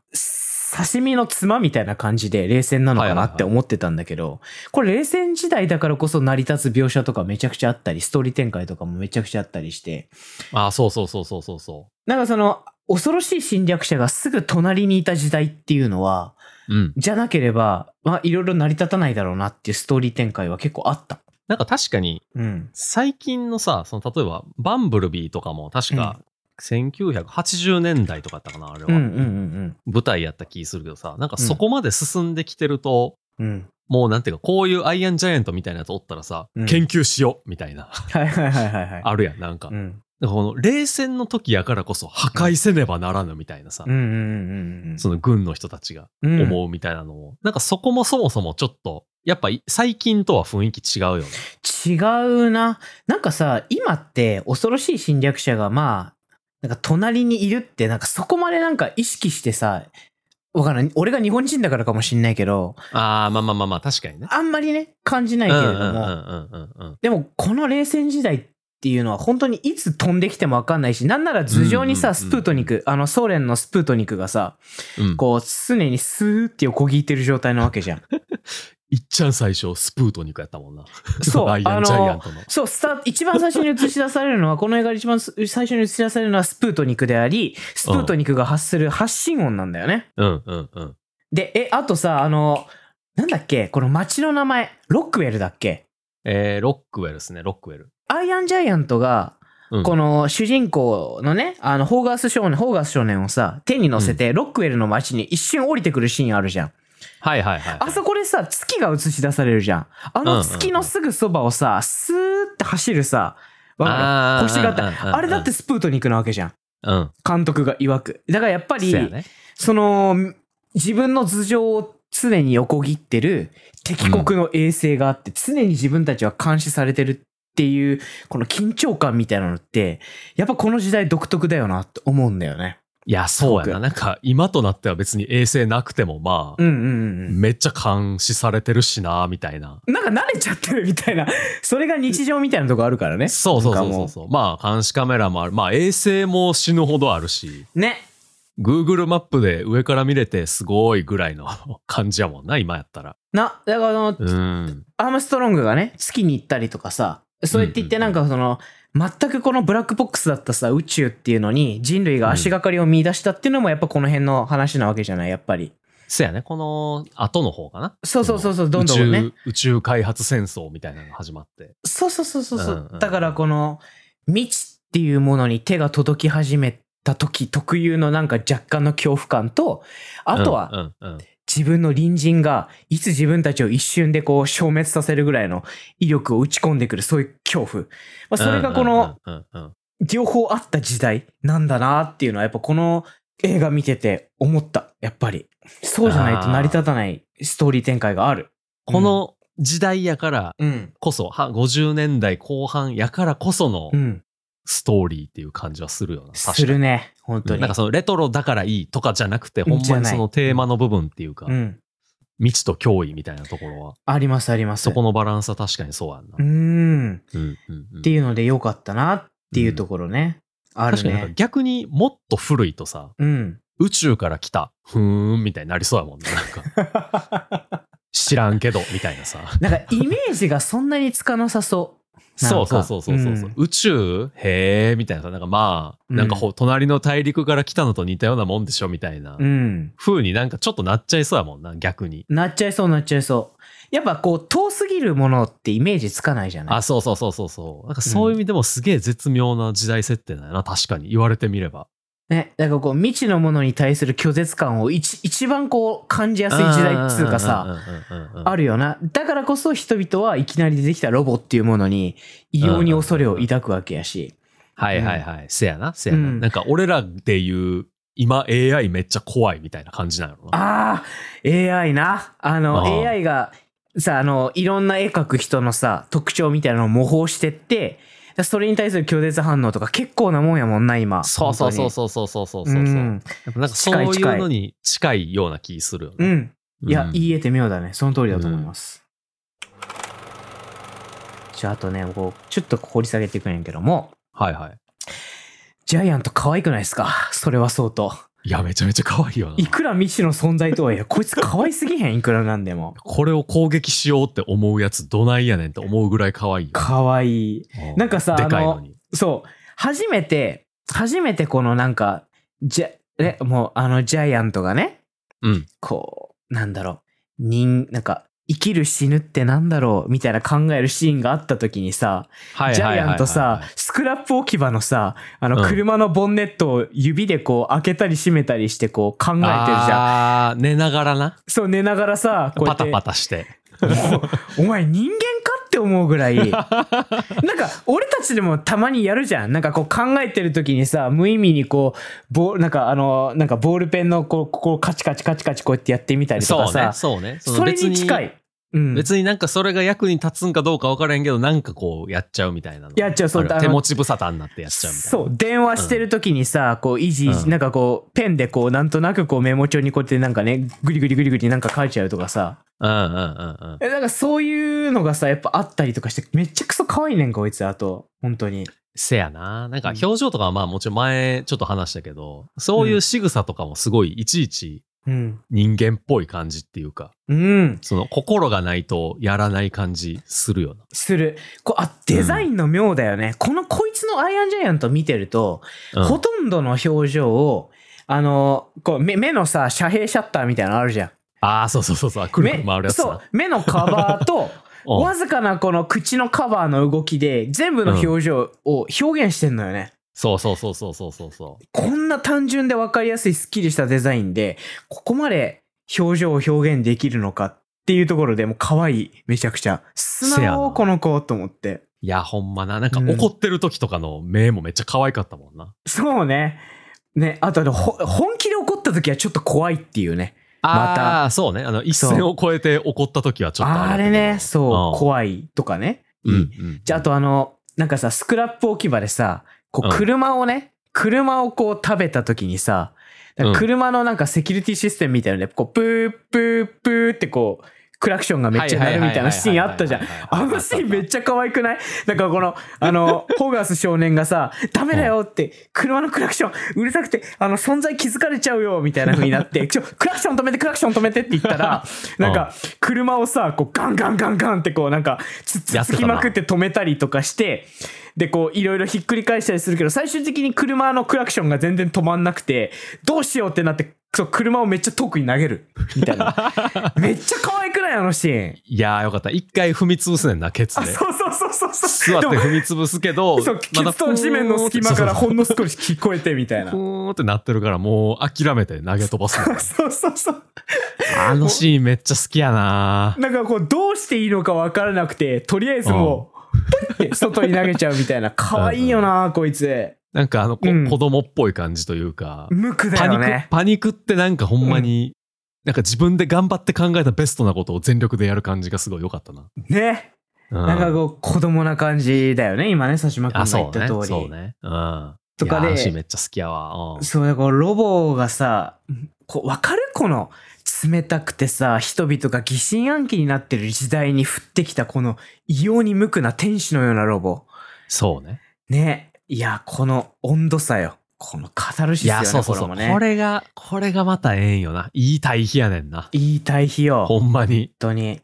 Speaker 1: 刺身のつまみたいな感じで冷戦なのかなって思ってたんだけど、これ冷戦時代だからこそ成り立つ描写とかめちゃくちゃあったり、ストーリー展開とかもめちゃくちゃあったりして、
Speaker 2: あ、そうそうそうそうそうそ
Speaker 1: なんかその、恐ろしい侵略者がすぐ隣にいた時代っていうのは、
Speaker 2: う。うん。
Speaker 1: じゃなければ、まあいろいろ成り立たないだろうなっていうストーリー展開は結構あった。
Speaker 2: なんか確かに、
Speaker 1: うん。
Speaker 2: 最近のさ、その例えば、バンブルビーとかも確か、1980年代とかだったかな、あれは。
Speaker 1: うんうんうん
Speaker 2: 舞台やった気するけどさ、なんかそこまで進んできてると、
Speaker 1: うん。うん。
Speaker 2: もうなんていうか、こういうアイアンジャイアントみたいなやつおったらさ、
Speaker 1: うん
Speaker 2: 研究しようみたいな、
Speaker 1: はいはいはいはいはい。
Speaker 2: あるやん、なんか。
Speaker 1: うん。
Speaker 2: なんかこの冷戦の時やからこそ破壊せねばならぬみたいなさ、
Speaker 1: うんうんうんうん。
Speaker 2: その軍の人たちが
Speaker 1: うん
Speaker 2: 思うみたいなのを、なんかそこもそもそもちょっと、やっぱい最近とは雰囲気違うよね。
Speaker 1: 違うな。なんかさ、今って恐ろしい侵略者がまあ、なんか隣にいるって、なんかそこまでなんか意識してさ、わからない。俺が日本人だからかもしんないけど、
Speaker 2: ああ、まあまあまあまあ、確かにね。
Speaker 1: あんまりね、感じないけれども、
Speaker 2: うんうんうんうんうん。
Speaker 1: でもこの冷戦時代っていうのは本当にいつ飛んできてもわかんないし、なんなら頭上に
Speaker 2: うんうんうんう
Speaker 1: さ、
Speaker 2: ん
Speaker 1: スプートニク、あのソ連のスプートニクがさ、
Speaker 2: うん、
Speaker 1: こう常にスーって横切ってる状態なわけじ ゃん。
Speaker 2: いっちゃん最初、スプートニクやったもんな。
Speaker 1: そう
Speaker 2: アイアンジャイアントの。
Speaker 1: そう、スタート、一番最初に映し出されるのは、この映画で一番す最初に映し出されるのはスプートニクであり、スプートニクが発する発信音なんだよね。
Speaker 2: うんうんうん。
Speaker 1: で、え、あとさ、あの、なんだっけこの街の名前、ロックウェルだっけ
Speaker 2: えー、ロックウェルですね、ロックウェル。
Speaker 1: アイアンジャイアントが、
Speaker 2: うん
Speaker 1: この主人公のね、あの、ホーガース少年、ホーガース少年をさ、手に乗せて、ロックウェルの街に一瞬降りてくるシーンあるじゃん。
Speaker 2: はいはいはい。
Speaker 1: あそこでさ、月が映し出されるじゃん。あの月のすぐそばをさ、スーって走るさ、わかる
Speaker 2: あー
Speaker 1: 星があった
Speaker 2: うんうんうんうん
Speaker 1: あれだってスプートニクなわけじゃん。
Speaker 2: うん。
Speaker 1: 監督が曰く。だからやっぱり、
Speaker 2: そうやね。
Speaker 1: その、自分の頭上を常に横切ってる敵国の衛星があって、常に自分たちは監視されてるっていう、この緊張感みたいなのって、やっぱこの時代独特だよなって思うんだよね。
Speaker 2: いや、そうや
Speaker 1: すご
Speaker 2: な。
Speaker 1: く
Speaker 2: なんか、今となっては別に衛星なくても、ま
Speaker 1: う、
Speaker 2: あ
Speaker 1: んうんうん。
Speaker 2: めっちゃ監視されてるしな、みたいな。
Speaker 1: なんか慣れちゃってるみたいな、それが日常みたいなとこあるからね。
Speaker 2: そうそう
Speaker 1: な
Speaker 2: そ
Speaker 1: ん
Speaker 2: う
Speaker 1: か
Speaker 2: そ
Speaker 1: も
Speaker 2: うそう。まあ、監視カメラもある。まあ、衛星も死ぬほどあるし、
Speaker 1: う。ね。
Speaker 2: Google マップで上から見れてすごいぐらいの 感じやもんな、今やったら。
Speaker 1: な、だからあの、
Speaker 2: うん。
Speaker 1: アームストロングがね、月に行ったりとかさ、そうやって言って
Speaker 2: うんうん
Speaker 1: な
Speaker 2: うんん
Speaker 1: かその、全くこのブラックボックスだったさ、宇宙っていうのに人類が足がかりを見出したっていうのもやっぱこの辺の話なわけじゃない、やっぱり。
Speaker 2: せやね、この後の方かな。
Speaker 1: そうそうそうそう、ど
Speaker 2: 宇
Speaker 1: んどんね
Speaker 2: 宙。、宇宙開発戦争みたいなのが始まって。
Speaker 1: そうそうそうそう。
Speaker 2: うんうんう
Speaker 1: うんだからこの、未知っていうものに手が届き始めた時特有のなんか若干の恐怖感と、あとは
Speaker 2: は、うんうん
Speaker 1: 自分の隣人がいつ自分たちを一瞬でこう消滅させるぐらいの威力を打ち込んでくる、そういう恐怖。まあ、それがこの、、
Speaker 2: うんうんうんうんうん
Speaker 1: 両方あった時代なんだなっていうのはやっぱこの映画見てて思ったやっぱりそうじゃないと成り立たないストーリー展開がある
Speaker 2: この時代やから
Speaker 1: うん
Speaker 2: こそ、は50年代後半やからこその
Speaker 1: うん
Speaker 2: ストーリーっていう感じはするよな。確かに
Speaker 1: するね本当に
Speaker 2: なんかそのレトロだからいいとかじゃなくて、
Speaker 1: うん
Speaker 2: ほん
Speaker 1: じ
Speaker 2: ま
Speaker 1: ゃ
Speaker 2: に
Speaker 1: ない
Speaker 2: そのテーマの部分っていうか、
Speaker 1: うん
Speaker 2: 未知と脅威みたいなところは、
Speaker 1: ありますあります
Speaker 2: そこのバランスは確かにそうやんな。
Speaker 1: うん
Speaker 2: うんうんうん
Speaker 1: っていうのでよかったなっていうところね、ある
Speaker 2: 確かになんか
Speaker 1: ね
Speaker 2: 逆にもっと古いとさ、
Speaker 1: うん
Speaker 2: 宇宙から来た、ふーんみたいになりそうやもんね。なんか、知らんけど、みたいなさ。
Speaker 1: なんかイメージがそんなにつかなさそ
Speaker 2: そうそうそうそうそう、
Speaker 1: うん
Speaker 2: 宇宙へえみたいなさなんかまあ、
Speaker 1: うん
Speaker 2: なんかほ隣の大陸から来たのと似たようなもんでしょみたいな、
Speaker 1: ううん
Speaker 2: 風になんかちょっとなっちゃいそうやもんな逆に、
Speaker 1: なっちゃいそうなっちゃいそうやっぱこう遠すぎるものってイメージつかないじゃない
Speaker 2: あそうそうそうそうそうなんかそういう意味でもすげえ絶妙な時代設定だよな確かに言われてみれば
Speaker 1: ね、だからこう未知のものに対する拒絶感を一一番こう感じやすい時代っつうかさ
Speaker 2: うんうんうんうんうん
Speaker 1: あるよなだからこそ人々はいきなり出てきたロボっていうものに異様に恐れを抱くわけやし
Speaker 2: はいはいはい、せやなせやな、
Speaker 1: うん
Speaker 2: なんか俺らで言う今 AI めっちゃ怖いみたいな感じなのな
Speaker 1: あー AI なあの
Speaker 2: あー
Speaker 1: AI がさあのいろんな絵描く人のさ特徴みたいなのを模倣してってそれに対する拒絶反応とか結構なもんやもんな今
Speaker 2: そうそうそう
Speaker 1: う
Speaker 2: そうそうそうそう
Speaker 1: う
Speaker 2: そう、
Speaker 1: ん、
Speaker 2: やっぱなんかそうい
Speaker 1: 近いう
Speaker 2: のに近いような気するよね、
Speaker 1: うん、いや、
Speaker 2: うん
Speaker 1: 言い得て妙だね。その通りだと思います。じゃあ、あとね、こう、ちょっと掘り下げていくんやけども、
Speaker 2: はいはい
Speaker 1: じジャイアント可愛くないですかそれはそうと。。
Speaker 2: いや、めちゃめちゃ可愛いよない
Speaker 1: くら未知の存在とはいえ、こいつ可愛すぎへんいくらなんでも。
Speaker 2: これを攻撃しようって思うやつどないやねんって思うぐらい可愛いよ。
Speaker 1: 可愛い。
Speaker 2: うん
Speaker 1: なんかさ
Speaker 2: でかいのに。
Speaker 1: そう。初めて、初めてこのなんか、じゃ、え、もうあのジャイアントがね、
Speaker 2: うん。
Speaker 1: こう、なんだろう、人、なんか、生きる死ぬってなんだろうみたいな考えるシーンがあった時にさ、
Speaker 2: はい
Speaker 1: ジャイ
Speaker 2: はいはい
Speaker 1: ア
Speaker 2: はいは
Speaker 1: ン
Speaker 2: い
Speaker 1: トさ、スクラップ置き場のさ、あの
Speaker 2: うん
Speaker 1: 車のボンネットを指でこう開けたり閉めたりしてこう考えてるじゃん。
Speaker 2: ああー、寝ながらな。
Speaker 1: そう寝ながらさ、こうや
Speaker 2: パ
Speaker 1: って
Speaker 2: タパタして。
Speaker 1: もうお前人間かって思うぐらい なんか俺たちでもたまにやるじゃんなんかこう考えてる時にさ無意味にこうボなんかあのなんかボールペンのこうここをカチカチカチカチこうやってやってみたりと
Speaker 2: そ
Speaker 1: か
Speaker 2: うね
Speaker 1: さ、
Speaker 2: そうね。
Speaker 1: そ
Speaker 2: の
Speaker 1: れ
Speaker 2: 別
Speaker 1: に近い、うん、
Speaker 2: 別になんかそれが役に立つんかどうか分からへんけど、なんかこうやっちゃうみたいなの。
Speaker 1: やっちゃうそう
Speaker 2: ある
Speaker 1: あの
Speaker 2: 手持ち無沙汰になってやっちゃうみたいな。
Speaker 1: そう電話してる時にさ、こうイジイジ
Speaker 2: うん
Speaker 1: なんかこうペンでこうなんとなくこうメモ帳にこうやってなんかねグリグリグリグリなんか書いちゃうとかさ
Speaker 2: うんうんうんうん。
Speaker 1: えなんかそういうのがさやっぱあったりとかしてめっちゃくそ可愛いねんこいつあと本当に
Speaker 2: せやな。なんか表情とかはまあもちろん前ちょっと話したけど、そういう仕草とかもすごいいちいち
Speaker 1: うん
Speaker 2: 人間っぽい感じっていうか、
Speaker 1: うん、
Speaker 2: その心がないとやらない感じするよ
Speaker 1: する。こうあ、デザインの妙だよね。このこいつのアイアンジャイアント見てると、
Speaker 2: な。うん
Speaker 1: ほとんどの表情を、あの、こう目目のさ、遮蔽シャッターみたいなのあるじゃん。
Speaker 2: ああ、そうそうそうそう。くるくる回る
Speaker 1: 目
Speaker 2: やつな
Speaker 1: そう、目のカバー と、
Speaker 2: うん
Speaker 1: わずかなこの口のカバーの動きで、全部の表情を表現してんのよね。
Speaker 2: そうそうそうそうそうそうそう。
Speaker 1: こんな単純で分かりやすいスッキリしたデザインで、ここまで表情を表現できるのかっていうところでもう可愛い、めちゃくちゃ。素
Speaker 2: せや
Speaker 1: 直
Speaker 2: な
Speaker 1: この子と思って。
Speaker 2: いや、ほんまな。なんか
Speaker 1: うん
Speaker 2: 怒ってる時とかの目もめっちゃ可愛かったもんな。
Speaker 1: そうね。ね、あとあのほ本気で怒った時はちょっと怖いっていうね。また
Speaker 2: ああー、そうね。あの、一線を越えて怒った時はちょっと
Speaker 1: あ
Speaker 2: あ
Speaker 1: れ
Speaker 2: れやけど
Speaker 1: ね、そう、
Speaker 2: うん
Speaker 1: 怖いとかね。
Speaker 2: うんう
Speaker 1: いい
Speaker 2: ん。
Speaker 1: じゃあ、あとあの、なんかさ、スクラップ置き場でさ、こう
Speaker 2: うん
Speaker 1: 車をね、車をこう食べた時にさ、なんか車のなんかセキュリティシステムみたいなので、こう、プープープーってこう、クラクションがめっちゃ鳴るみたいなシーンあったじゃん。あのシーンめっ
Speaker 2: ち
Speaker 1: ちゃ可愛くないなんかこの、あ の、ホガース少年がさ、ダメだよって、車のクラクションうるさくて、あの、存在気づかれちゃうよみたいな風にな って、ちょ、クラクション止めて、クラクション止めてって言ったら、なんか、車をさ、こう、ガンガンガンガンってこう、なんか、つつ
Speaker 2: やって
Speaker 1: つ
Speaker 2: たな
Speaker 1: きまくって止めたりとかして、で、こう、いろいろひっくり返したりするけど、最終的に車のクラクションが全然止まんなくて、どうしようってなって、そう、車をめっちゃ遠くに投げる。みたい な。めっちゃ可愛くないあのシーン。
Speaker 2: いやーよかった。一回踏み潰すねんな、ケツ
Speaker 1: あ、
Speaker 2: で。
Speaker 1: そうそうそうそうそう。
Speaker 2: 座っ
Speaker 1: で
Speaker 2: て
Speaker 1: も
Speaker 2: 踏み潰すけ ど、
Speaker 1: そう、ケツと地面の隙間からほんの少し聞こえてみたいな
Speaker 2: ふ。ーんってなってるから、もう諦めて投げ飛ばすね ん
Speaker 1: そうそうそう。
Speaker 2: あのシーンめっちゃ好きやな
Speaker 1: なんかこう、どうしていいのかわからなくて、とりあえずもう、ポイって外に投げちゃうみたいな。可愛いよな、こいつ。
Speaker 2: なんかあの、こ
Speaker 1: うん
Speaker 2: 子供っぽい感じというか、
Speaker 1: 無垢だ
Speaker 2: パニ
Speaker 1: よ
Speaker 2: ック
Speaker 1: ね、。
Speaker 2: パニックってなんかほんまに、なんか自分で頑張って考えたベストなことを全力でやる感じがすごい良かったな。
Speaker 1: ね。
Speaker 2: うん
Speaker 1: なんかこう、子供な感じだよね。今ね、佐島君
Speaker 2: あ、
Speaker 1: が
Speaker 2: そ
Speaker 1: 言っ
Speaker 2: うね。
Speaker 1: た通
Speaker 2: そ
Speaker 1: り
Speaker 2: う。ね。うん。
Speaker 1: とかで
Speaker 2: いやあのシーンめっちゃ好きやわ。うん
Speaker 1: そうだからロボがさこう分かるこの冷たくてさ人々が疑心暗鬼になってる時代に降ってきたこの異様に無垢な天使のようなロボ
Speaker 2: そうね。
Speaker 1: ねいやこの温度差よこのカタルシ
Speaker 2: い
Speaker 1: スよ
Speaker 2: や、
Speaker 1: ね
Speaker 2: そうそうそう。
Speaker 1: こ
Speaker 2: こ
Speaker 1: れもね
Speaker 2: れが、これがまたええんよな。いい対比やねんな。
Speaker 1: いい対比よ
Speaker 2: ほ
Speaker 1: 本
Speaker 2: んまに。
Speaker 1: 当に、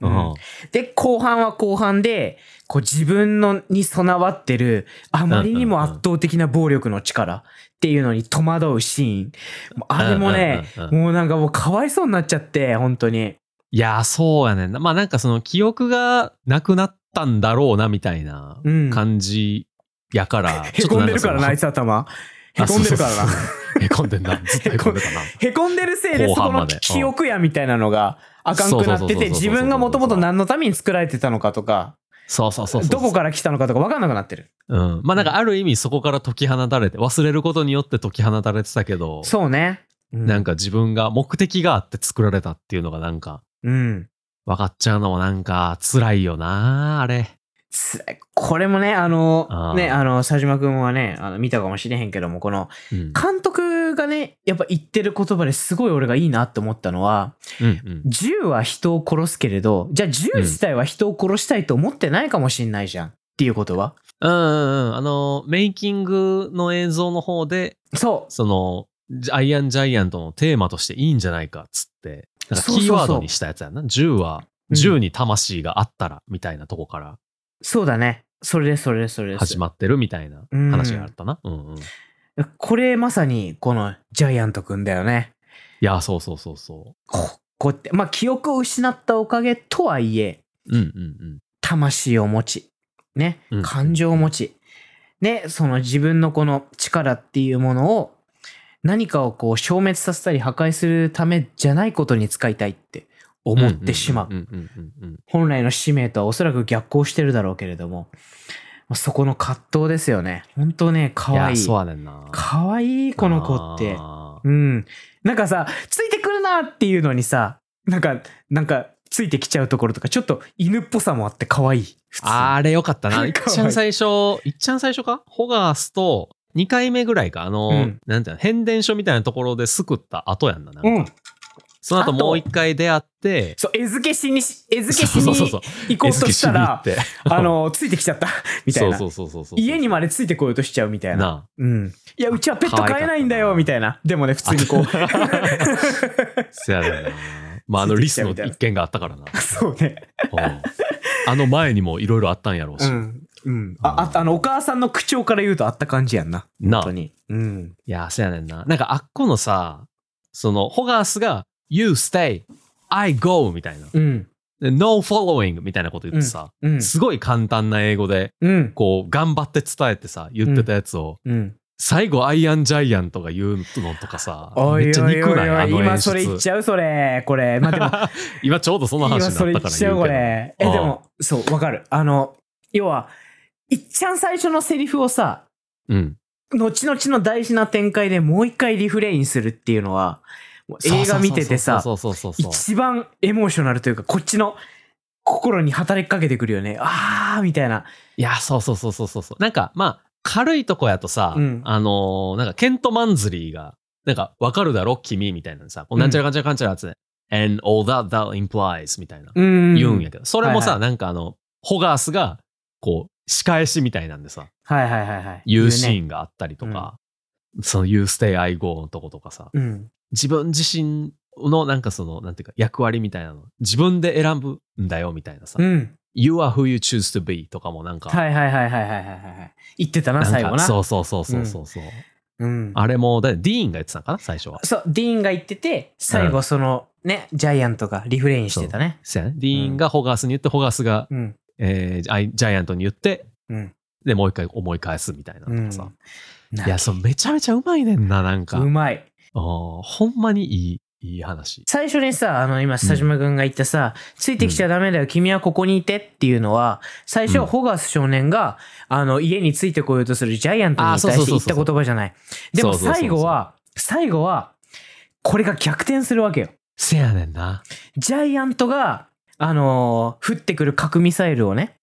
Speaker 2: う
Speaker 1: うん
Speaker 2: ん。
Speaker 1: で後半は後半でこう自分のに備わってるあまりにも圧倒的な暴力の力っていうのに戸惑うシーンもうあれもね
Speaker 2: うんうんうんうん
Speaker 1: もうなんかもうかわいそうになっちゃって本当に
Speaker 2: いや、そうやねんな。まあなんかその記憶がなくなったんだろうな、みたいな
Speaker 1: うん
Speaker 2: 感じやから。
Speaker 1: へこんでるからな、あい
Speaker 2: つ。
Speaker 1: つ頭。へ
Speaker 2: あ
Speaker 1: こんでるから
Speaker 2: そう
Speaker 1: な
Speaker 2: そう。そう へこんでんな。ずっとへこんでたな。
Speaker 1: へこんでるせいで、そ
Speaker 2: 後
Speaker 1: こ
Speaker 2: 半
Speaker 1: の
Speaker 2: までうん
Speaker 1: 記憶やみたいなのがあかんくなって
Speaker 2: そうそうそうそうそ
Speaker 1: て、
Speaker 2: うそうそう
Speaker 1: 自分がもともと何のために作られてたのかとか、
Speaker 2: そうそうそうそう。
Speaker 1: どこから来たのかとか分かんなくなってる。
Speaker 2: うん。まあなんかある意味そこから解き放たれて、忘れることによって解き放たれてたけど、
Speaker 1: そうね。
Speaker 2: なん
Speaker 1: か、
Speaker 2: か自分が目的があって作られたっていうのがなんか、
Speaker 1: うん。
Speaker 2: 分かっちゃうのもなんか辛いよなあれ。
Speaker 1: つこれもね、あの
Speaker 2: あ、ー
Speaker 1: ね、あの、佐島くんはね、あの見たかもしれへんけども、この、
Speaker 2: うん。
Speaker 1: 監督がね、やっぱ言ってる言葉ですごい俺がいいなって思ったのは、
Speaker 2: うんうん。
Speaker 1: 銃は人を殺すけれど、じゃあ銃自体は人を殺したいと思ってないかもしんないじゃん。っていうことは
Speaker 2: うんうんうん。あの、メイキングの映像の方で、
Speaker 1: そ
Speaker 2: その、ジアイアンジャイアントのテーマとしていいんじゃないかっつって、なんか
Speaker 1: そ
Speaker 2: キ
Speaker 1: うそうそう
Speaker 2: ーワードにしたやつやんな。銃は、
Speaker 1: うん
Speaker 2: 銃に魂があったら、みたいなとこから
Speaker 1: う。そうだね。それです、それです、それです。
Speaker 2: 始まってるみたいな話があったな。うんうん。い
Speaker 1: これまさに、このジャイアントくんだよね。
Speaker 2: や、そうそうそうそ
Speaker 1: ここうやって、まあ、記憶を失ったおかげとはいえ、
Speaker 2: う。うんうんうん。
Speaker 1: 魂を持ち、ね
Speaker 2: うん、
Speaker 1: 感情を持ち、ね、その自分のこの力っていうものを、何かをこう消滅させたり破壊するためじゃないことに使いたいって思ってしまう。
Speaker 2: んうんうんうんうん。
Speaker 1: 本来の使命とはおそらく逆行してるだろうけれども、まあそこの葛藤ですよね。本当ね、可
Speaker 2: や
Speaker 1: 愛い。
Speaker 2: そうやねんな。
Speaker 1: 可愛いこの子って。
Speaker 2: あ
Speaker 1: うん。なんかさ、ついてくるなっていうのにさ、なんか、なんか、ついてきちゃうところとか、ちょっと犬っぽさもあって可愛い。普通に
Speaker 2: ーあれよかった
Speaker 1: 可
Speaker 2: な。
Speaker 1: 愛い
Speaker 2: いっちゃん最初、いっちゃん最初かホガースと、2回目ぐらいか、あの、
Speaker 1: うん
Speaker 2: なんていうの、変電所みたいなところですくった後やんな。なんか
Speaker 1: うん。
Speaker 2: その後
Speaker 1: あと
Speaker 2: もう1回出会って、
Speaker 1: そう、餌付けしにし、餌付けし
Speaker 2: そうそうそう
Speaker 1: に。行こうとしたら、
Speaker 2: 餌付けしに行って
Speaker 1: あの、ついてきちゃ った、みたいな
Speaker 2: そ。うそうそうそうそう。
Speaker 1: 家にまでついてこようとしちゃうみたいな。
Speaker 2: な
Speaker 1: うん。いや、うちはペット飼えないんだ
Speaker 2: 可愛かったな
Speaker 1: よ、みたいな。でもね、普通にこ
Speaker 2: あ。せやだよな。まあ、あの、
Speaker 1: つい
Speaker 2: リ
Speaker 1: てき
Speaker 2: ス
Speaker 1: た
Speaker 2: の
Speaker 1: みたいな
Speaker 2: 一件があったからな。
Speaker 1: う、 そうね。
Speaker 2: うんあの前にもいろいろあったんやろう
Speaker 1: う
Speaker 2: し。
Speaker 1: ん。うん。あ、ああの、お母さんの口調から言うとあった感じやんな。
Speaker 2: な
Speaker 1: 本当に。うん。
Speaker 2: いや、せやねんな。なんか、あっこのさ、その、ホガースが、You stay, I go みたいな。
Speaker 1: うん。
Speaker 2: で No following みたいなこと言ってさ、
Speaker 1: うん。
Speaker 2: すごい簡単な英語で、
Speaker 1: うん。
Speaker 2: こう、頑張って伝えてさ、言ってたやつを、
Speaker 1: うん。
Speaker 2: 最後、アイアンジャイアントが言うのとかさ、
Speaker 1: おい
Speaker 2: めっちゃ
Speaker 1: おい
Speaker 2: 憎
Speaker 1: お
Speaker 2: ないい、
Speaker 1: お
Speaker 2: あ
Speaker 1: い
Speaker 2: の
Speaker 1: 今
Speaker 2: 演
Speaker 1: そ
Speaker 2: 出
Speaker 1: れ。言っちゃうそれこれまあで も
Speaker 2: 今ちょうどその話に
Speaker 1: 今
Speaker 2: なったか
Speaker 1: それ言っちゃう
Speaker 2: ら言うけど。
Speaker 1: これえでもそうわかるあの要はいっちゃん最初のセリフをさ
Speaker 2: うん。
Speaker 1: 後々の大事な展開でもう一回リフレインするっていうのはもう映画見ててさ
Speaker 2: そうそうそうそうそう
Speaker 1: 一番エモーショナルというかこっちの心に働きかけてくるよねあーみたいない
Speaker 2: や、そうそうそうそうそうそう。なんか、まあ、軽いとこやとさ、
Speaker 1: うん
Speaker 2: あのーなんか、ケント・マンズリーが、なんか、わかるだろ君みたいなのさ、こうなんちゃらかんちゃらかんちゃらって、and all that that implies みたいな、
Speaker 1: うん
Speaker 2: 言うんやけど、それもさ、
Speaker 1: はい
Speaker 2: なんかあの、ホガースが、こう、仕返しみたいなんでさ、
Speaker 1: はいはいはいはい
Speaker 2: 言うシ
Speaker 1: ね
Speaker 2: ーンがあったりとか、その You stay, I go のとことかさ、
Speaker 1: うん
Speaker 2: 自分自身のなんかその、なんていうか、役割みたいなの、自分で選ぶんだよみたいなさ、
Speaker 1: うん
Speaker 2: You are who you choose to be とかもなんか、
Speaker 1: はいはいはいはいはいはいはい言ってたな
Speaker 2: なん
Speaker 1: 最後
Speaker 2: か
Speaker 1: な
Speaker 2: そうそうそうそうそうそう、
Speaker 1: うん
Speaker 2: あれもだってディーンが言ってたんかな最初は
Speaker 1: そう、ディーンが言ってて、最後その、ね、ジャイアントがリフレインしてたね。
Speaker 2: そうやねディーンがホガースに言ってホガースが、
Speaker 1: うん。
Speaker 2: えーアイジャイアントに言って
Speaker 1: うん。
Speaker 2: でもう一回思い返すみたいなとかさ、
Speaker 1: うん
Speaker 2: いやそうめちゃめちゃうまいねんななんか、
Speaker 1: うまい。
Speaker 2: あーほんまにいいいい話
Speaker 1: 最初にさ、あの、今、佐島くんが言ったさ、ついてきちゃダメだよ、君はここにいてっていうのは、最初、
Speaker 2: うん
Speaker 1: ホガース少年が、あの、家についてこようとするジャイアントに対
Speaker 2: あそうそう
Speaker 1: し
Speaker 2: そ
Speaker 1: て言っ
Speaker 2: うそう
Speaker 1: た言葉じゃない。でも、
Speaker 2: そうそうそうそう
Speaker 1: 最後は、最後は、これが逆転するわけよ。
Speaker 2: せやねんな
Speaker 1: ジャイアントが、あのー降ってくる核ミサイルをね、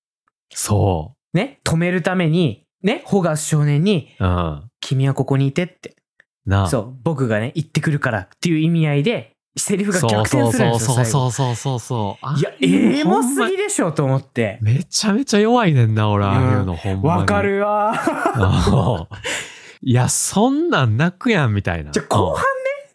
Speaker 2: そ
Speaker 1: ね、止めるために、ね、ホガース少年に、
Speaker 2: ううん
Speaker 1: 君はここにいてって、
Speaker 2: なあ
Speaker 1: そう、僕がね、行ってくるからっていう意味合いで、セリフが
Speaker 2: そ
Speaker 1: 逆
Speaker 2: う
Speaker 1: 転
Speaker 2: そう
Speaker 1: するんで
Speaker 2: そう
Speaker 1: すよ。
Speaker 2: そう
Speaker 1: 最後
Speaker 2: そうそうそうそうあ
Speaker 1: いや、ええも
Speaker 2: ほん
Speaker 1: す
Speaker 2: ま
Speaker 1: ぎでしょと思って。
Speaker 2: めちゃめちゃ弱いねんな俺、
Speaker 1: うん
Speaker 2: ああいうのほんまに
Speaker 1: わかるわ。
Speaker 2: あーいやそんなん泣くやんみたい な
Speaker 1: じゃあ、後半ね、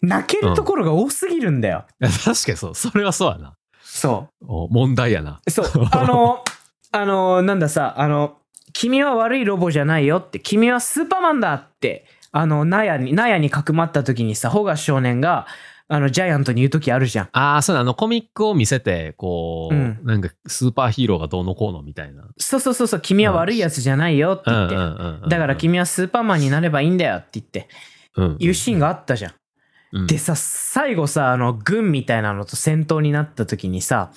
Speaker 1: 泣けるところが多すぎるんだよ。
Speaker 2: いや確かにそう。それはそうやな。
Speaker 1: そ
Speaker 2: お問題やな。
Speaker 1: う。そう。 あの、あの、なんださ、あの、君は悪いロボじゃないよって、君はスーパーマンだって、あの、納屋に、納屋にかくまった時にさ、ホガ少年が、あの、ジャイアントに言う時あるじゃん。
Speaker 2: ああ、そうだ、あの、コミックを見せて、こう、
Speaker 1: うん
Speaker 2: なんか、スーパーヒーローがどうのこうのみたいな。
Speaker 1: そうそうそうそう、君は悪いやつじゃないよって
Speaker 2: うん
Speaker 1: 言
Speaker 2: う
Speaker 1: っ
Speaker 2: ん
Speaker 1: て、
Speaker 2: うんうん。
Speaker 1: だから君はスーパーマンになればいいんだよって言って、
Speaker 2: うん、
Speaker 1: いうシーンがあったじゃん。
Speaker 2: うん、
Speaker 1: でさ、最後さ、あの、軍みたいなのと戦闘になった時にさ、
Speaker 2: う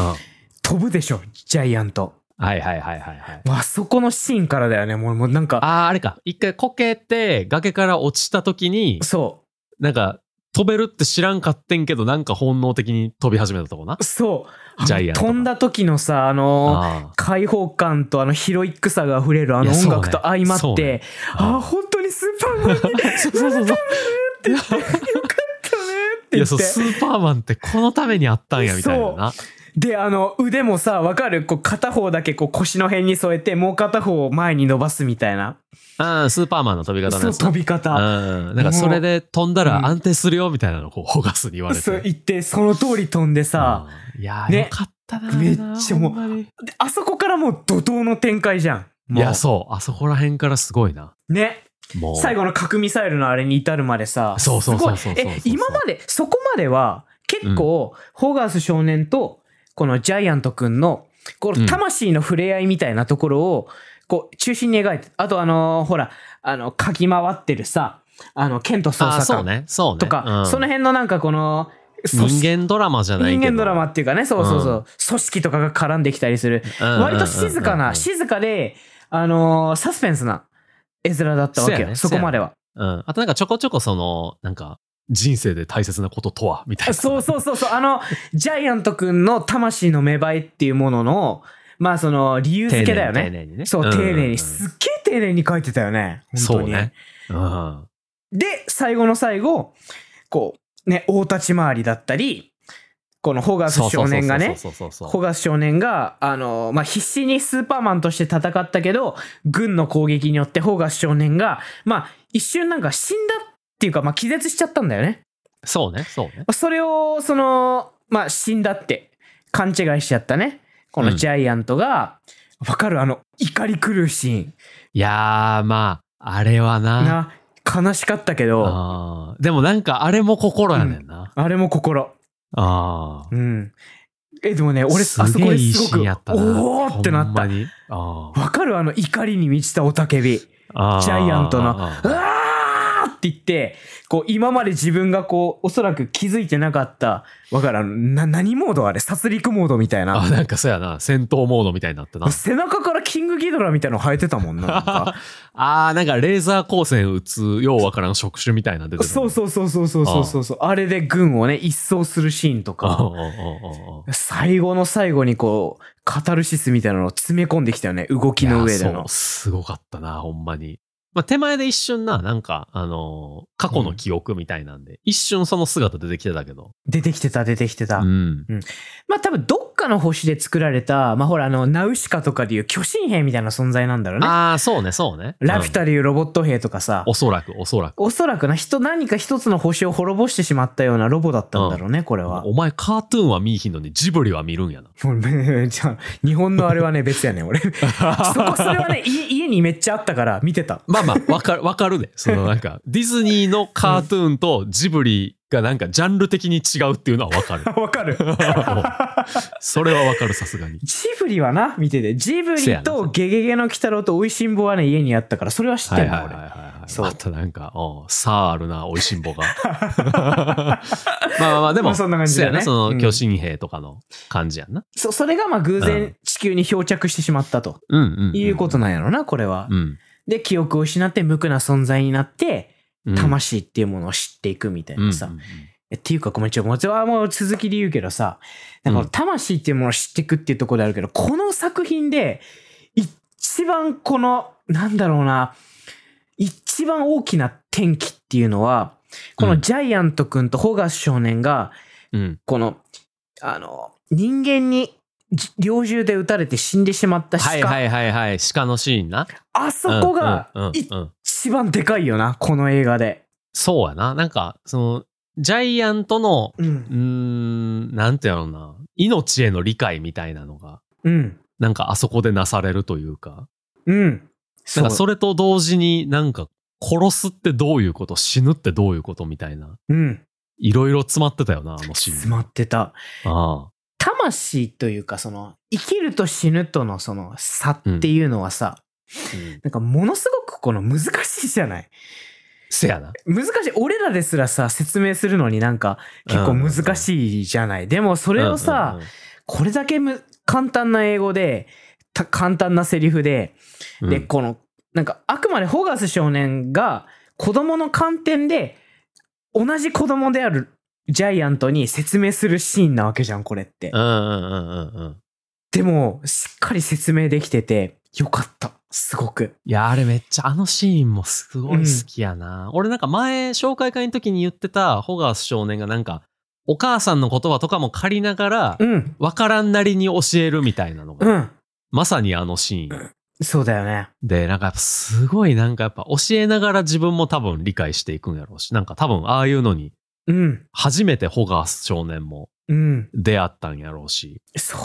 Speaker 2: ん
Speaker 1: 飛ぶでしょ、ジャイアント。
Speaker 2: はいはいはいはいはい。
Speaker 1: もうあそこのシーンからだよね、もう、もうなん
Speaker 2: あ
Speaker 1: か、
Speaker 2: あ、あれか。一回こけて、崖から落ちた時に、
Speaker 1: そ
Speaker 2: なんか、飛べるって知らんかってんけど、なんか本能的に飛び始めたとこな
Speaker 1: う、。そう、
Speaker 2: ジャイアントが
Speaker 1: 飛んだ時のさ、あの、
Speaker 2: あ
Speaker 1: 開放感とあのヒロイックさが溢れるあの
Speaker 2: いや
Speaker 1: 音楽と
Speaker 2: そうね
Speaker 1: 相ま
Speaker 2: そ
Speaker 1: っ
Speaker 2: うね
Speaker 1: て、ああ、本当にスーパーマンになったね
Speaker 2: あ。そうそうそうそう。
Speaker 1: って
Speaker 2: い
Speaker 1: 言
Speaker 2: や、
Speaker 1: って
Speaker 2: そう、スーパーマンってこのためにあったんや、みたいなな。
Speaker 1: で、あの、腕もさ、わかるこう、片方だけこう腰の辺に添えて、もう片方を前に伸ばすみたいな。
Speaker 2: ああ、スーパーマンの飛び方の
Speaker 1: そう、
Speaker 2: やつな。
Speaker 1: 飛び方。
Speaker 2: うん。なんかそれで飛んだ
Speaker 1: うん
Speaker 2: ら安定するよみたいなのをこう、ホガスに言われて。
Speaker 1: そう言って、その通り飛んでさ、
Speaker 2: うんいやー、
Speaker 1: ね
Speaker 2: よかったなー。
Speaker 1: めっちゃもう
Speaker 2: ほんまに
Speaker 1: であそこからもう怒涛の展開じゃん。もう
Speaker 2: いや、そう。あそこら辺からすごいな。
Speaker 1: ね。
Speaker 2: もう。
Speaker 1: 最後の核ミサイルのあれに至るまでさ、
Speaker 2: そうそうそう
Speaker 1: す
Speaker 2: そ
Speaker 1: ご
Speaker 2: う
Speaker 1: い
Speaker 2: そう
Speaker 1: え、今まで、そこまでは、結構、ホガース少年と、このジャイアントくんの、こ
Speaker 2: う
Speaker 1: の
Speaker 2: ん
Speaker 1: 魂の触れ合いみたいなところを、こう、中心に描いて、あとあのーほら、あの、かき回ってるさ、あの、ケント捜
Speaker 2: あー
Speaker 1: 査
Speaker 2: そう
Speaker 1: 官
Speaker 2: ね。そうね。
Speaker 1: とか、
Speaker 2: うん
Speaker 1: その辺のなんかこの、組織
Speaker 2: 人間ドラマじゃないけど。
Speaker 1: 人間ドラマっていうかね、そうそうそう、
Speaker 2: う
Speaker 1: 組織とかが絡んできたりする、
Speaker 2: うん。
Speaker 1: 割と静かな、
Speaker 2: うん
Speaker 1: 静かで、あのーサスペンスな絵面だったわ
Speaker 2: そう
Speaker 1: け
Speaker 2: や
Speaker 1: よ、
Speaker 2: ね
Speaker 1: そこまでは。
Speaker 2: うん。あとなんかちょこちょこその、なんか、人生で大切なこととは、みたいな。
Speaker 1: そうそうそうそう、あの、ジャイアント君の魂の芽生えっていうものの、まあその理由付けだよ
Speaker 2: 丁
Speaker 1: ね。
Speaker 2: 寧に丁寧にね。
Speaker 1: そう、
Speaker 2: ん
Speaker 1: 丁寧に、すっげえ丁寧に書いてたよね。本
Speaker 2: そ
Speaker 1: 当
Speaker 2: う
Speaker 1: に。
Speaker 2: ね。うん。
Speaker 1: で、最後の最後、こう、ね、大立ち回りだったり、このホガス少年がね、
Speaker 2: そうそうそうそうそうそう
Speaker 1: ホガス少年が、あの、まあ、必死にスーパーマンとして戦ったけど、軍の攻撃によってホガス少年が、まあ、一瞬なんか死んだっていうか、まあ、気絶しちゃったんだよね。
Speaker 2: そうね、そうね。
Speaker 1: それを、その、まあ、死んだって勘違いしちゃったね。こ
Speaker 2: う
Speaker 1: の
Speaker 2: ん
Speaker 1: ジャイアントが、わかるあの、怒り狂うシーン。
Speaker 2: いやー、まあ、あれはな。
Speaker 1: な、悲しかったけど、
Speaker 2: あーでもなんか、あれも心やねんな。
Speaker 1: あれも心。
Speaker 2: ああ。
Speaker 1: うん。え、でもね、俺、あ
Speaker 2: す
Speaker 1: そこ
Speaker 2: げ
Speaker 1: で
Speaker 2: えいい
Speaker 1: す
Speaker 2: シ
Speaker 1: ごく、
Speaker 2: ーンやったな。
Speaker 1: おーってな
Speaker 2: ほ
Speaker 1: っ
Speaker 2: んま
Speaker 1: た。
Speaker 2: にあー
Speaker 1: わかるあの、怒りに満ちたおたけび。
Speaker 2: あー。
Speaker 1: ジャイアントの
Speaker 2: あ
Speaker 1: う
Speaker 2: ー
Speaker 1: わーって言って、こう、今まで自分がこう、おそらく気づいてなかった、わからん、な、何モードあれ殺戮モードみたい
Speaker 2: あ、
Speaker 1: な。
Speaker 2: なんかそうやな。戦闘モードみたいになってな。
Speaker 1: 背中からキングギドラみたいなの生えてたもんな。なん か
Speaker 2: あー、なんかレーザー光線打つ、ようわからん触手みたいなの出て
Speaker 1: そう
Speaker 2: う。
Speaker 1: そうそうそうそうそうそうそう。あれで軍をね、一掃するシーンと
Speaker 2: あー
Speaker 1: か、最後の最後にこう、カタルシスみたいなのを詰め込んできたよね、動きの上で
Speaker 2: いやそ
Speaker 1: の
Speaker 2: う。すごかったな、ほんまに。まあ、手前で一瞬な、なんか、あのー過去の記憶みたいなんで、一瞬その姿出てきてたけど。
Speaker 1: 出てきてた、出てきてた。
Speaker 2: うん。
Speaker 1: まあ多分、どっかの星で作られた、まあほら、あの、ナウシカとかでいう巨神兵みたいな存在なんだろうね。
Speaker 2: ああ、そうね、そうね。
Speaker 1: ラピュタでいうロボット兵とかさ、
Speaker 2: うんおそらく、おそらく。
Speaker 1: おそらくな人何か一つの星を滅ぼしてしまったようなロボだったんだろうね、これは。
Speaker 2: お前、カートゥーンは見いひんのに、ジブリは見るんやな。
Speaker 1: 俺 じゃあ日本のあれは ね別やねん俺そこ それはね家家にめっちゃあったから見てた
Speaker 2: まあまあ、わかる、わかるで。そのなんか、ディズニーのカートゥーンとジブリがなんか、ジャンル的に違うっていうのはわかる。
Speaker 1: わかる
Speaker 2: それはわかる、さすがに。
Speaker 1: ジブリはな見ててジブ
Speaker 2: せや
Speaker 1: リ
Speaker 2: なせや
Speaker 1: と
Speaker 2: な
Speaker 1: ゲゲゲの鬼太郎とおいしんぼはね家にあったからそれは知って
Speaker 2: は
Speaker 1: る
Speaker 2: い
Speaker 1: の、
Speaker 2: はいはい
Speaker 1: 俺
Speaker 2: はいはい。
Speaker 1: そう
Speaker 2: またなんか、うんさああるな、おいしん ぼが。まあまあまあ、で
Speaker 1: ま
Speaker 2: も、
Speaker 1: あそんな感じだよね
Speaker 2: そうやな
Speaker 1: う
Speaker 2: そ
Speaker 1: ん
Speaker 2: の、巨神兵とかの感じやんな。
Speaker 1: そそれがまあ偶
Speaker 2: う
Speaker 1: 然
Speaker 2: ん
Speaker 1: 地球に漂着してしまったと
Speaker 2: うんうん、うん。
Speaker 1: いうことなんやろなこれは、
Speaker 2: うん。
Speaker 1: で記憶を失って無垢な存在になって
Speaker 2: うん。
Speaker 1: 魂っていうものを知っていくみたいなさ、
Speaker 2: うんうんうん
Speaker 1: えっていうか、ごめん、ちょ、もちろん、もう続きで言うけどさ、なんか
Speaker 2: うん
Speaker 1: 魂っていうものを知っていくっていうところであるけど、この作品で、一番この、なんだろうな、一番大きな転機っていうのは、こ
Speaker 2: う
Speaker 1: の
Speaker 2: ん
Speaker 1: ジャイアント君とホガス少年が、
Speaker 2: うん。
Speaker 1: この、あの、人間にじ猟銃で撃たれて死んでしまった鹿、
Speaker 2: はいはいはいはい。鹿のシーンな。
Speaker 1: あそこが
Speaker 2: うんうんうんうん
Speaker 1: 一番でかいよな、この映画で。
Speaker 2: そうやな。なんか、その、ジャイアントの、
Speaker 1: うん
Speaker 2: うー。ん、なんてやろうな、命への理解みたいなのが、
Speaker 1: うん。
Speaker 2: なんかあそこでなされるというか、
Speaker 1: うん。そ
Speaker 2: なん
Speaker 1: う
Speaker 2: かそれと同時になんか、殺すってどういうこと、死ぬってどういうことみたいな、
Speaker 1: うん。
Speaker 2: いろいろ詰まってたよな、あの シー
Speaker 1: 詰
Speaker 2: ン。
Speaker 1: まってた。
Speaker 2: ああ
Speaker 1: 魂というかその生きると死ぬとのその差っていうのはさ、
Speaker 2: うん
Speaker 1: なんかものすごくこの難しいじゃない
Speaker 2: せやな。
Speaker 1: 難しい俺らですらさ説明するのになんか結構難しいじゃない、でもそ
Speaker 2: こ
Speaker 1: れをさ、これだけむ簡単な英語でた簡単なセリフで、
Speaker 2: うん
Speaker 1: でこのなんかあくまでホガス少年が子供の観点で同じ子供であるジャイアントに説明するシーンなわけじゃんこれって。
Speaker 2: うんうんうんうんうん。
Speaker 1: でも、しっかり説明できてて、よかった。すごく。
Speaker 2: いや、あれめっちゃ、あのシーンもすごい
Speaker 1: うん
Speaker 2: 好きやな。俺なんか前、紹介会の時に言ってた、ホガース少年がなんか、お母さんの言葉とかも借りながら、
Speaker 1: うん。
Speaker 2: わからんなりに教えるみたいなのが、
Speaker 1: うん。
Speaker 2: まさにあのシーン。
Speaker 1: そうだよね。
Speaker 2: で、なんかやっぱすごいなんかやっぱ教えながら自分も多分理解していくんやろうし、なんか多分ああいうのに
Speaker 1: うん。
Speaker 2: 初めてホガース少年も
Speaker 1: うん。
Speaker 2: 出会ったんやろうし、
Speaker 1: そう。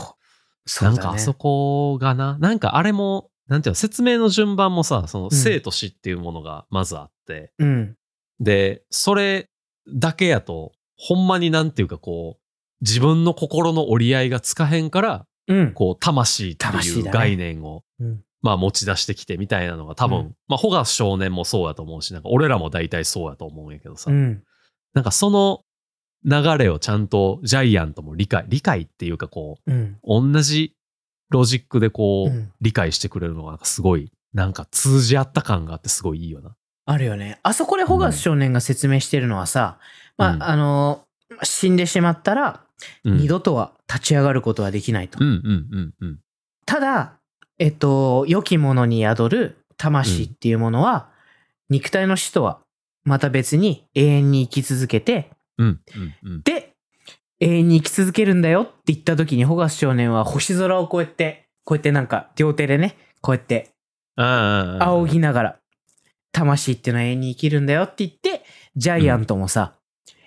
Speaker 1: そうだ
Speaker 2: な
Speaker 1: ね
Speaker 2: んかあそこがな、なんかあれも、なんていうの、説明の順番もさ、その
Speaker 1: ん
Speaker 2: 生と死っていうものがまずあって、
Speaker 1: うん。
Speaker 2: で、それだけやと、ほんまになんていうかこう、自分の心の折り合いがつかへんから、
Speaker 1: うん。
Speaker 2: こう、魂ってい
Speaker 1: 魂
Speaker 2: う
Speaker 1: だね
Speaker 2: 概念を、
Speaker 1: うん
Speaker 2: まあ持ち出してきてみたいなのが多分、
Speaker 1: う
Speaker 2: まあ、ホガス少年もそうやと思うし、なんか俺らも大体そうやと思うんやけどさ、
Speaker 1: うん。
Speaker 2: なんかその流れをちゃんとジャイアントも理解、理解っていうかこう、
Speaker 1: うん。
Speaker 2: 同じロジックでこう、
Speaker 1: うん
Speaker 2: 理解してくれるのがなんかすごい、なんか通じ合った感があってすごいいいよな。
Speaker 1: あるよね。あそこでホガス少年が説明してるのはさ、まあ、
Speaker 2: うん
Speaker 1: あのー死んでしまったら、
Speaker 2: うん、
Speaker 1: 二度とは立ち上がることはできないと。
Speaker 2: うんうんうんうん。
Speaker 1: ただ、えっと、良き者に宿る魂っていうものは、肉体の死とはまた別に永遠に生き続けて、
Speaker 2: うんうんうん。
Speaker 1: で、永遠に生き続けるんだよって言った時に、ホガス少年は星空をこうやって、こうやってなんか両手でね、こうやって
Speaker 2: ああ。
Speaker 1: 仰ぎながら、魂っていうのは永遠に生きるんだよって言って、ジャイアントもさ、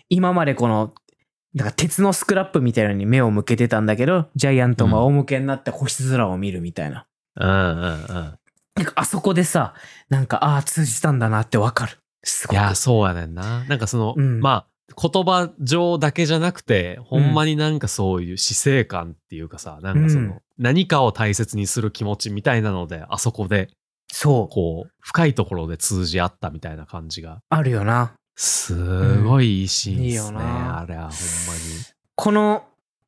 Speaker 1: 今までこの、なんか鉄のスクラップみたいなのに目を向けてたんだけど、ジャイアントも仰向けになって星空を見るみたいな。
Speaker 2: うんうんうん。
Speaker 1: なんかあそこでさ、なんか、ああ、通じたんだなってわかる。すご
Speaker 2: い
Speaker 1: い。
Speaker 2: や、そうやねんな。なんかその、
Speaker 1: うん
Speaker 2: まあ、言葉上だけじゃなくて、ほんまになんかそういう死生観っていうかさ、なんかその、
Speaker 1: うん
Speaker 2: 何かを大切にする気持ちみたいなので、あそこで、
Speaker 1: そう。
Speaker 2: こう、深いところで通じ合ったみたいな感じが、
Speaker 1: あるよな。
Speaker 2: すごいいいシーン
Speaker 1: い
Speaker 2: で
Speaker 1: い
Speaker 2: す
Speaker 1: よ
Speaker 2: ね。
Speaker 1: な
Speaker 2: あれはほん
Speaker 1: この、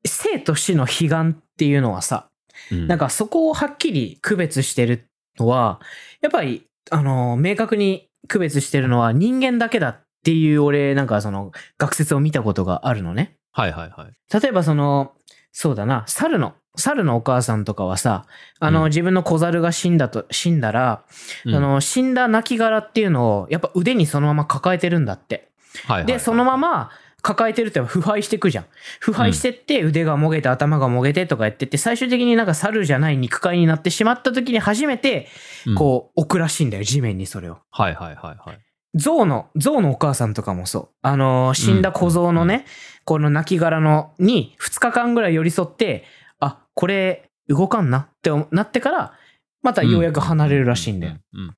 Speaker 1: 生と死の悲願っていうのはさ、
Speaker 2: まに。う
Speaker 1: なん、かそこをはっきり区別してるのは、やっぱり、あの、明確に区別してるのは人間だけだっていう俺、なんかその、学説を見たことがあるのね。
Speaker 2: はいはいはい。
Speaker 1: 例えばその、そうだな、猿の、猿のお母さんとかはさ、あの、
Speaker 2: うん
Speaker 1: 自分の小猿が死んだと、死んだら、
Speaker 2: うん
Speaker 1: あ、の、死んだ亡骸っていうのを、やっぱ腕にそのまま抱えてるんだって。
Speaker 2: はいはいはい
Speaker 1: で、そのま、ま抱えてるって腐敗してくじゃん。腐敗してって腕がもげて頭がもげてとかやってって、最終的になんか猿じゃない肉塊になってしまった時に初めて、
Speaker 2: うん
Speaker 1: こう置くらしいんだよ、地面にそれを。
Speaker 2: はいはいはいはい。
Speaker 1: 象の、象のお母さんとかもそう。あのー死んだ小僧のね、この亡骸のに2日間ぐらい寄り添って、あ、これ動かんなってなってから、またようやく離れるらしいんだよ。
Speaker 2: うん。うん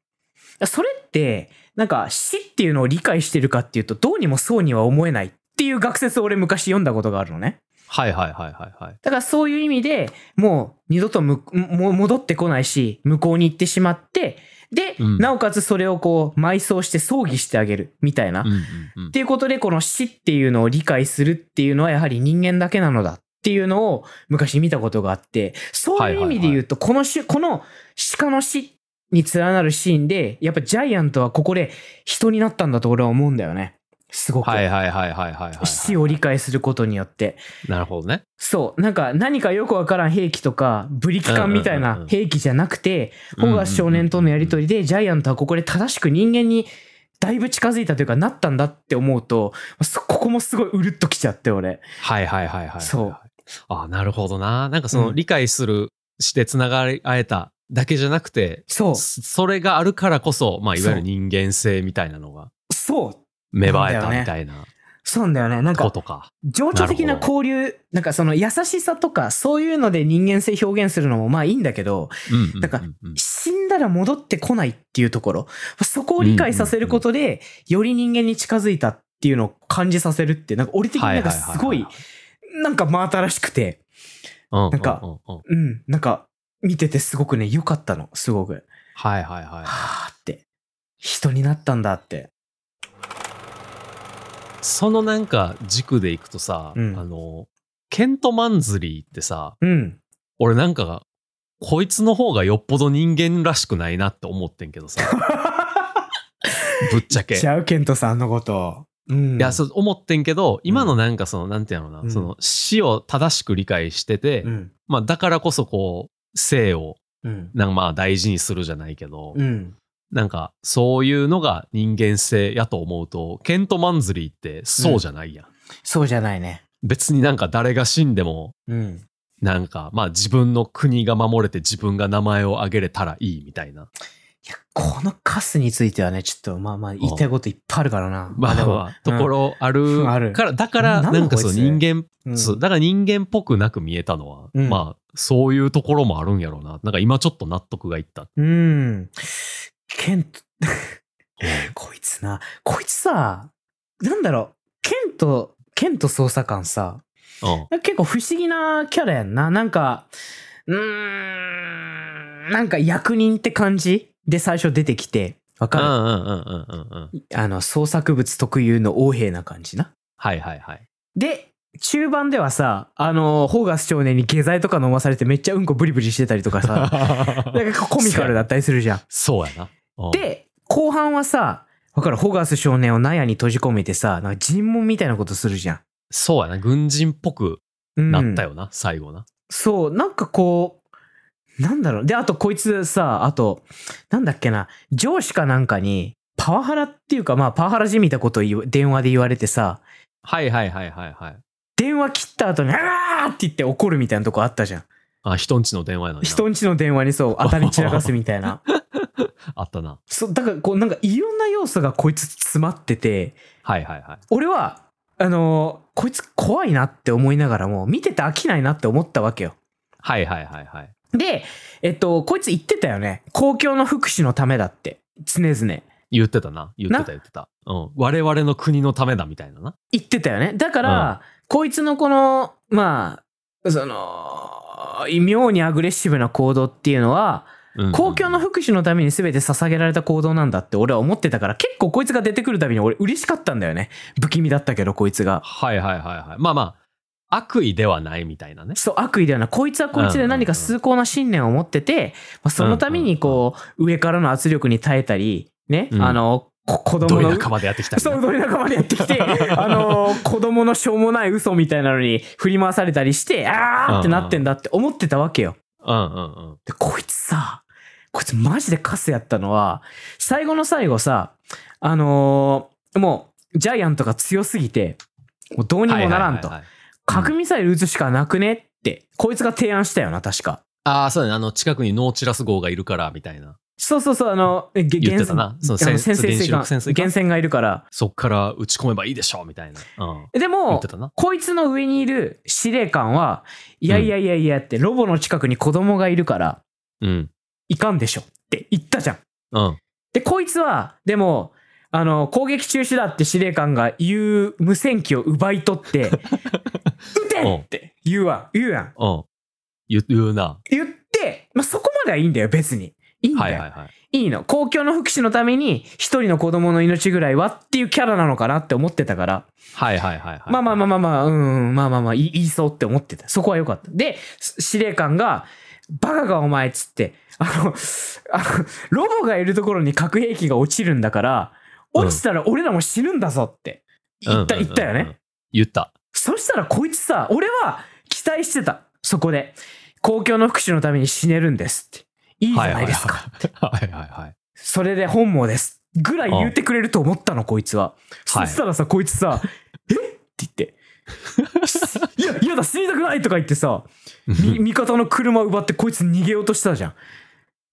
Speaker 1: それって、なんか死っていうのを理解してるかっていうと、どうにもそうには思えないっていう学説を俺昔読んだことがあるのね。
Speaker 2: はいはいはいはいはい。
Speaker 1: だからそういう意味でもう二度とむもう戻ってこないし、向こうに行ってしまって、で、
Speaker 2: うん
Speaker 1: なおかつそれをこう埋葬して葬儀してあげるみたいな。
Speaker 2: う
Speaker 1: っ
Speaker 2: んうんうん
Speaker 1: ていうことで、この死っていうのを理解するっていうのはやはり人間だけなのだ。っていうのを昔見たことがあって、そういう意味で言うと、この種、この鹿の死に連なるシーンで、やっぱジャイアントはここで人になったんだと俺は思うんだよね。すごく。
Speaker 2: はいはいはいはいはいはい。
Speaker 1: 死を理解することによって。
Speaker 2: なるほどね。
Speaker 1: そう。なんか何かよくわからん兵器とか、ブリキ缶みたい
Speaker 2: うんうんうんう
Speaker 1: なん兵器じゃなくて、ホガス少年とのやりとりで、ジャイアントはここで正しく人間にだいぶ近づいたというか、なったんだって思うと、そここもすごいうるっときちゃって、俺。
Speaker 2: はいはいはいはいはい。
Speaker 1: そう。
Speaker 2: あなるほどな。なんかそうの
Speaker 1: ん
Speaker 2: 理解する、してつながり合えただけじゃなくて、
Speaker 1: そう。
Speaker 2: そそれがあるからこそ、まあ、いわゆ
Speaker 1: そ
Speaker 2: る
Speaker 1: う
Speaker 2: 人間性みたいなのが
Speaker 1: そう。
Speaker 2: 芽生えた
Speaker 1: なんだよね
Speaker 2: みたいな
Speaker 1: そうなんだよね。なん
Speaker 2: こ
Speaker 1: か、
Speaker 2: とか。
Speaker 1: 情緒的な
Speaker 2: なるほ
Speaker 1: 交流、なんかその優しさとか、そういうので人間性表現するのもまあいいんだけど、
Speaker 2: うんうんうんうん
Speaker 1: なんか死んだら戻ってこないっていうところ、そこを理解させることで、より人間に近づいたっていうのを感じさせるって、なんか俺的になんかすごい、なんか真新しくて、
Speaker 2: な
Speaker 1: なんかうん、なんか見ててすごくね、良かったの、すごく。
Speaker 2: はいはいは
Speaker 1: はーって、人になったんだって。
Speaker 2: い。そのなんか軸でいくとさ、
Speaker 1: うん
Speaker 2: あの、ケント・マンズリーってさ、
Speaker 1: うん。
Speaker 2: 俺なんかが、こいつの方がよっぽど人間らしくないなって思ってんけ どさ、ぶっちゃけ。
Speaker 1: ちゃう、ケントさんのこと。うん。
Speaker 2: いや、そう思ってんけど、今のなんかその、なんていうのかな、
Speaker 1: うん
Speaker 2: その死を正しく理解してて、
Speaker 1: うん。
Speaker 2: まあだからこそこう、生を、
Speaker 1: うん。
Speaker 2: なんかまあ大事にするじゃないけど、
Speaker 1: うん。
Speaker 2: なんかそういうのが人間性やと思うと、ケント・マンズリーってそうじゃないやん。
Speaker 1: そうじゃないね。
Speaker 2: 別になんか誰が死んでも、
Speaker 1: うん。
Speaker 2: なんか、まあ自分の国が守れて自分が名前を挙げれたらいいみたいな。
Speaker 1: いや、このカスについてはね、ちょっとまあまあ言いたいこといっぱいあるからな。
Speaker 2: まあ
Speaker 1: でも
Speaker 2: まあ、ところある
Speaker 1: うんある
Speaker 2: から、だから、
Speaker 1: なんだ
Speaker 2: なんか
Speaker 1: こい
Speaker 2: そ
Speaker 1: つ
Speaker 2: う人間、
Speaker 1: うん
Speaker 2: そうだから人間っぽくなく見えたのは、
Speaker 1: うん
Speaker 2: まあ、そういうところもあるんやろうな。なんか今ちょっと納得がいった。
Speaker 1: うん。ケント、 こいつな、こいつさ、なんだろう、ケント、ケント捜査官さ、
Speaker 2: うん。
Speaker 1: 結構不思議なキャラやんな。なんか、うーん、なんか役人って感じで最初出てきて、わ
Speaker 2: うんう
Speaker 1: か
Speaker 2: んうんうんうんうん。
Speaker 1: る、あの、創作物特有の横兵な感じな。
Speaker 2: はいはいはい。
Speaker 1: で、中盤ではさ、あの、ホーガス少年に下剤とか飲まされてめっちゃうんこブリブリしてたりとか さ、なんかコミカルだったりするじゃん。
Speaker 2: そうやな。うん、
Speaker 1: で、後半はさ、わかる、ホガース少年を納屋に閉じ込めてさ、なんか尋問みたいなことするじゃん。
Speaker 2: そうやな。軍人っぽく
Speaker 1: うん
Speaker 2: なった。よな、最後な。
Speaker 1: そう、なんかこう、なんだろう。で、あとこいつさ、あと、なんだっけな、上司かなんかに、パワハラっていうか、まあ、パワハラじみたことを言う電話で言われてさ、
Speaker 2: はいはいはいはいはい。
Speaker 1: 電話切った後に、あーって言って怒るみたいなとこあったじゃん。
Speaker 2: あ、人んちの電話やのにな。
Speaker 1: 人んちの電話にそう、当たり散らかすみたいな。
Speaker 2: あったな。
Speaker 1: そう、だからこう、なんかいろんな要素がこいつ詰まってて、
Speaker 2: はいはいはい。
Speaker 1: 俺はあのーこいつ怖いなって思いながらも見てて飽きないなって思ったわけよ
Speaker 2: はいはいはいはい。
Speaker 1: でえっとこいつ言ってたよね公共の福祉のためだって常々
Speaker 2: 言ってたな。言って
Speaker 1: な
Speaker 2: た言ってた。うん。我々の国のためだみたいなな。
Speaker 1: 言ってたよねだから、こいつのこのまあその妙にアグレッシブな行動っていうのは
Speaker 2: うんうん
Speaker 1: 公共の福祉のために全て捧げられた行動なんだって俺は思ってたから結構こいつが出てくるたびに俺嬉しかったんだよね不気味だったけどこいつが
Speaker 2: はいはいはいはい。まあまあ、悪意ではないみたいなね。
Speaker 1: そう悪意だよなこいつはこいつで何か崇高な信念を持ってて、まあ、そのためにこう上からの圧力に耐えたりね、
Speaker 2: うん
Speaker 1: あのこ子
Speaker 2: ど
Speaker 1: 供
Speaker 2: い
Speaker 1: の
Speaker 2: 仲間でやってきたりな
Speaker 1: そうどい仲間でやって きてあの子供のしょうもない嘘みたいなのに振り回されたりしてあーってなってんだって思ってたわけよ。
Speaker 2: うんうんうん。
Speaker 1: でこいつさこいつマジでカスやったのは最後の最後さあのーもうジャイアントが強すぎてもうどうにもならんと
Speaker 2: はいはいはいはい
Speaker 1: 核ミサイル撃つしかなくねって、こいつが提案したよな、確か。
Speaker 2: ああ、そうだね。あの、近くにノーチラス号がいるから、みたいな。
Speaker 1: そうそうそう、あの、えげ
Speaker 2: 言ってたな
Speaker 1: 原
Speaker 2: そう
Speaker 1: あの潜
Speaker 2: 潜
Speaker 1: 水
Speaker 2: 原子
Speaker 1: 水
Speaker 2: 力
Speaker 1: 艦、
Speaker 2: 潜水艦
Speaker 1: 原潜がいるから。
Speaker 2: そっから打ち込めばいいでしょ、みたいな。うん。
Speaker 1: で
Speaker 2: 言っ
Speaker 1: も
Speaker 2: て、たな。
Speaker 1: こいつの上にいる司令官は、いやいやいやいやって、ロボの近くに子供がいるから、
Speaker 2: うん。
Speaker 1: いかんでしょって言ったじゃん。
Speaker 2: うん。
Speaker 1: で、こいつは、でも、あの、攻撃中止だって司令官が言う無線機を奪い取 って、撃てって言うわ、言うやん。
Speaker 2: うん。言う言うな。
Speaker 1: 言って、まあ、そこまではいいんだよ、別に。いいんだよ。
Speaker 2: はいはいはい。
Speaker 1: いいの公共の福祉のために一人の子供の命ぐらいはっていうキャラなのかなって思ってたから、
Speaker 2: はいはいはいはい。
Speaker 1: まあまあま
Speaker 2: あ。
Speaker 1: あまあまあうんうんまあまあまあい言いそうって思ってたそこは良かったです司令官が「バカかお前」っつってあのあのロボがいるところに核兵器が落ちるんだから
Speaker 2: うん
Speaker 1: 落ちたら俺らも死ぬんだぞって言った,、言ったよね、。
Speaker 2: 言った。
Speaker 1: そしたらこいつさ俺は期待してたそこで公共の福祉のために死ねるんですっていいじゃないですか、
Speaker 2: はいはいはい。
Speaker 1: それで本望です。ぐらい言ってくれると思ったの、こいつは。
Speaker 2: は
Speaker 1: そ
Speaker 2: い
Speaker 1: したらさ、こいつさ、え って言って。いや、嫌だ、死にたくないとか言ってさ、み味方の車奪ってこいつ逃げようとしたじゃん。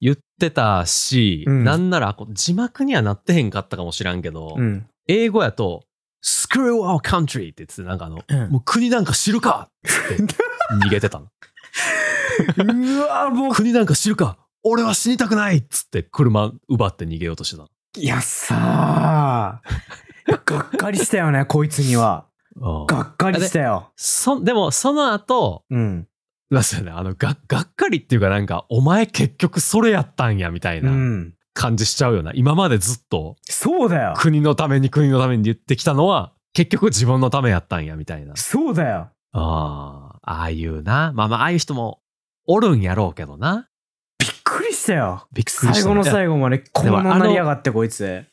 Speaker 2: 言ってたし、
Speaker 1: うん
Speaker 2: なんならこう字幕にはなってへんかったかもしらんけど、
Speaker 1: うん。
Speaker 2: 英語やと、Screw our country! って言ってて、なんかあの、
Speaker 1: うん
Speaker 2: もう国なんか知るかっつ って逃げてたの。
Speaker 1: うわもう、
Speaker 2: 国なんか知るか俺は死にたくないっつって車奪って逃げようとしてた
Speaker 1: いやさいやがっかりしたよね、こいつには。
Speaker 2: の。うん
Speaker 1: がっかりしたよ。
Speaker 2: そでも、その後、
Speaker 1: うん。。
Speaker 2: なんすよね、あのが、がっかりっていうかなんか、お前結局それやったんや、みたいうなん感じしちゃうよな。今までずっと、
Speaker 1: そうだよ。
Speaker 2: 国のために国のために言ってきたのは、結局自分のためやったんや、みたいな。
Speaker 1: そうだよ。
Speaker 2: ああ、ああいうな。まあまあ、ああいう人もおるんやろうけどな。
Speaker 1: びっくりしたよ。
Speaker 2: びっくりした。
Speaker 1: 最後の
Speaker 2: いや
Speaker 1: 最後までこんなになりやがって、こいつ。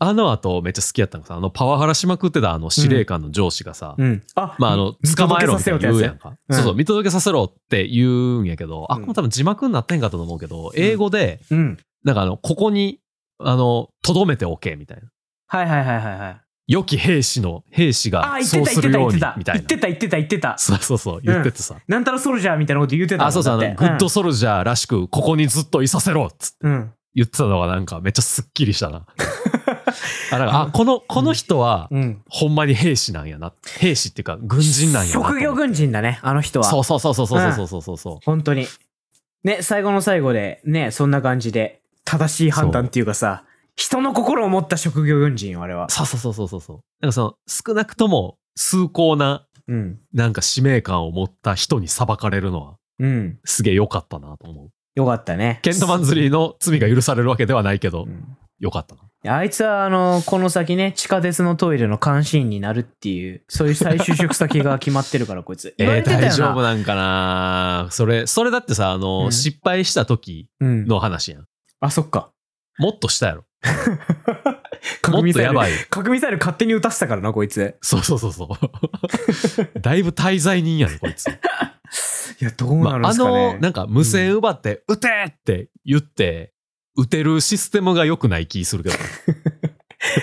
Speaker 2: あの後、めっちゃ好きやったのがさ、あの、パワハラしまくってたあの司令官の上司がさ、
Speaker 1: うん。あ、
Speaker 2: まあ、あの、
Speaker 1: 見
Speaker 2: 捕まえ
Speaker 1: 届けさ
Speaker 2: ろみ
Speaker 1: せよ
Speaker 2: たいな
Speaker 1: うってや
Speaker 2: 言う
Speaker 1: つ
Speaker 2: や
Speaker 1: や
Speaker 2: んか。
Speaker 1: うん
Speaker 2: そうそう、見届けさせろって言うんやけど、あ、
Speaker 1: うん
Speaker 2: これ多分字幕になってんかったと思うけど、英語で、
Speaker 1: うん。
Speaker 2: なんかあの、ここに、あの、とどめておけ、みたいな。
Speaker 1: はいはいはいはいはい。
Speaker 2: 良き兵士の兵士
Speaker 1: ああ、
Speaker 2: が
Speaker 1: 言っ
Speaker 2: そ
Speaker 1: て
Speaker 2: う
Speaker 1: た言
Speaker 2: す
Speaker 1: って
Speaker 2: る
Speaker 1: た
Speaker 2: よ
Speaker 1: 言
Speaker 2: う
Speaker 1: って
Speaker 2: に
Speaker 1: た。
Speaker 2: みた
Speaker 1: 言
Speaker 2: い
Speaker 1: って
Speaker 2: な。
Speaker 1: た言ってた言ってた。
Speaker 2: そうそうそう、言っててさ。
Speaker 1: なんたらソルジャーみたいなこと言ってたもん
Speaker 2: あ、そうそう、あ
Speaker 1: だっ
Speaker 2: の
Speaker 1: て
Speaker 2: グッドソルジャーらしく、ここにずっといさせろっつって
Speaker 1: うん。うん
Speaker 2: 言ってたのがなんかめっちゃすっきりし たな。あ、なんか、あ、この、この人は、
Speaker 1: うん。
Speaker 2: ほんまに兵士なんやな。兵士っていうか、軍人なんやなと思って。
Speaker 1: 職業軍人だね、あの人は。
Speaker 2: そうそうそうそうそうそうそうそう。
Speaker 1: 本当に。ね、最後の最後で、ね、そんな感じで、正しい判断っていうかさ、人の心を持った職業軍人よ、あれは。
Speaker 2: そうそうそうそうそうそう。なんかその、少なくとも、崇高な、
Speaker 1: うん。
Speaker 2: なんか使命感を持った人に裁かれるのは、
Speaker 1: うん。
Speaker 2: すげえ良かったなと思う。
Speaker 1: よかったね。
Speaker 2: ケントマンズリーの罪が許されるわけではないけど
Speaker 1: う、ん
Speaker 2: 良かったな。
Speaker 1: あいつは、あの、この先ね、地下鉄のトイレの監視員になるっていう、そういう再就職先が決まってるから、こいつ。
Speaker 2: え
Speaker 1: 言わ
Speaker 2: ー、
Speaker 1: れてたよな
Speaker 2: 大丈夫なんかなそれ、それだってさ、あの、
Speaker 1: うん
Speaker 2: 失敗した時
Speaker 1: うん。
Speaker 2: の話やん。
Speaker 1: あ、そっか。
Speaker 2: もっとしたやろ。
Speaker 1: 核
Speaker 2: もっ
Speaker 1: ミ
Speaker 2: と
Speaker 1: サイ
Speaker 2: や
Speaker 1: ル、
Speaker 2: ばい。
Speaker 1: 核ミサイル勝手に撃たせたからな、こいつ。
Speaker 2: そうそうそ うそう。だいぶ滞在人やね、こいつ。
Speaker 1: いや、どう
Speaker 2: ま
Speaker 1: なるん
Speaker 2: あ、あ
Speaker 1: ですか
Speaker 2: の、
Speaker 1: ね。
Speaker 2: なんか無線奪って、撃てって言って、撃てるシステムが良くない気するけ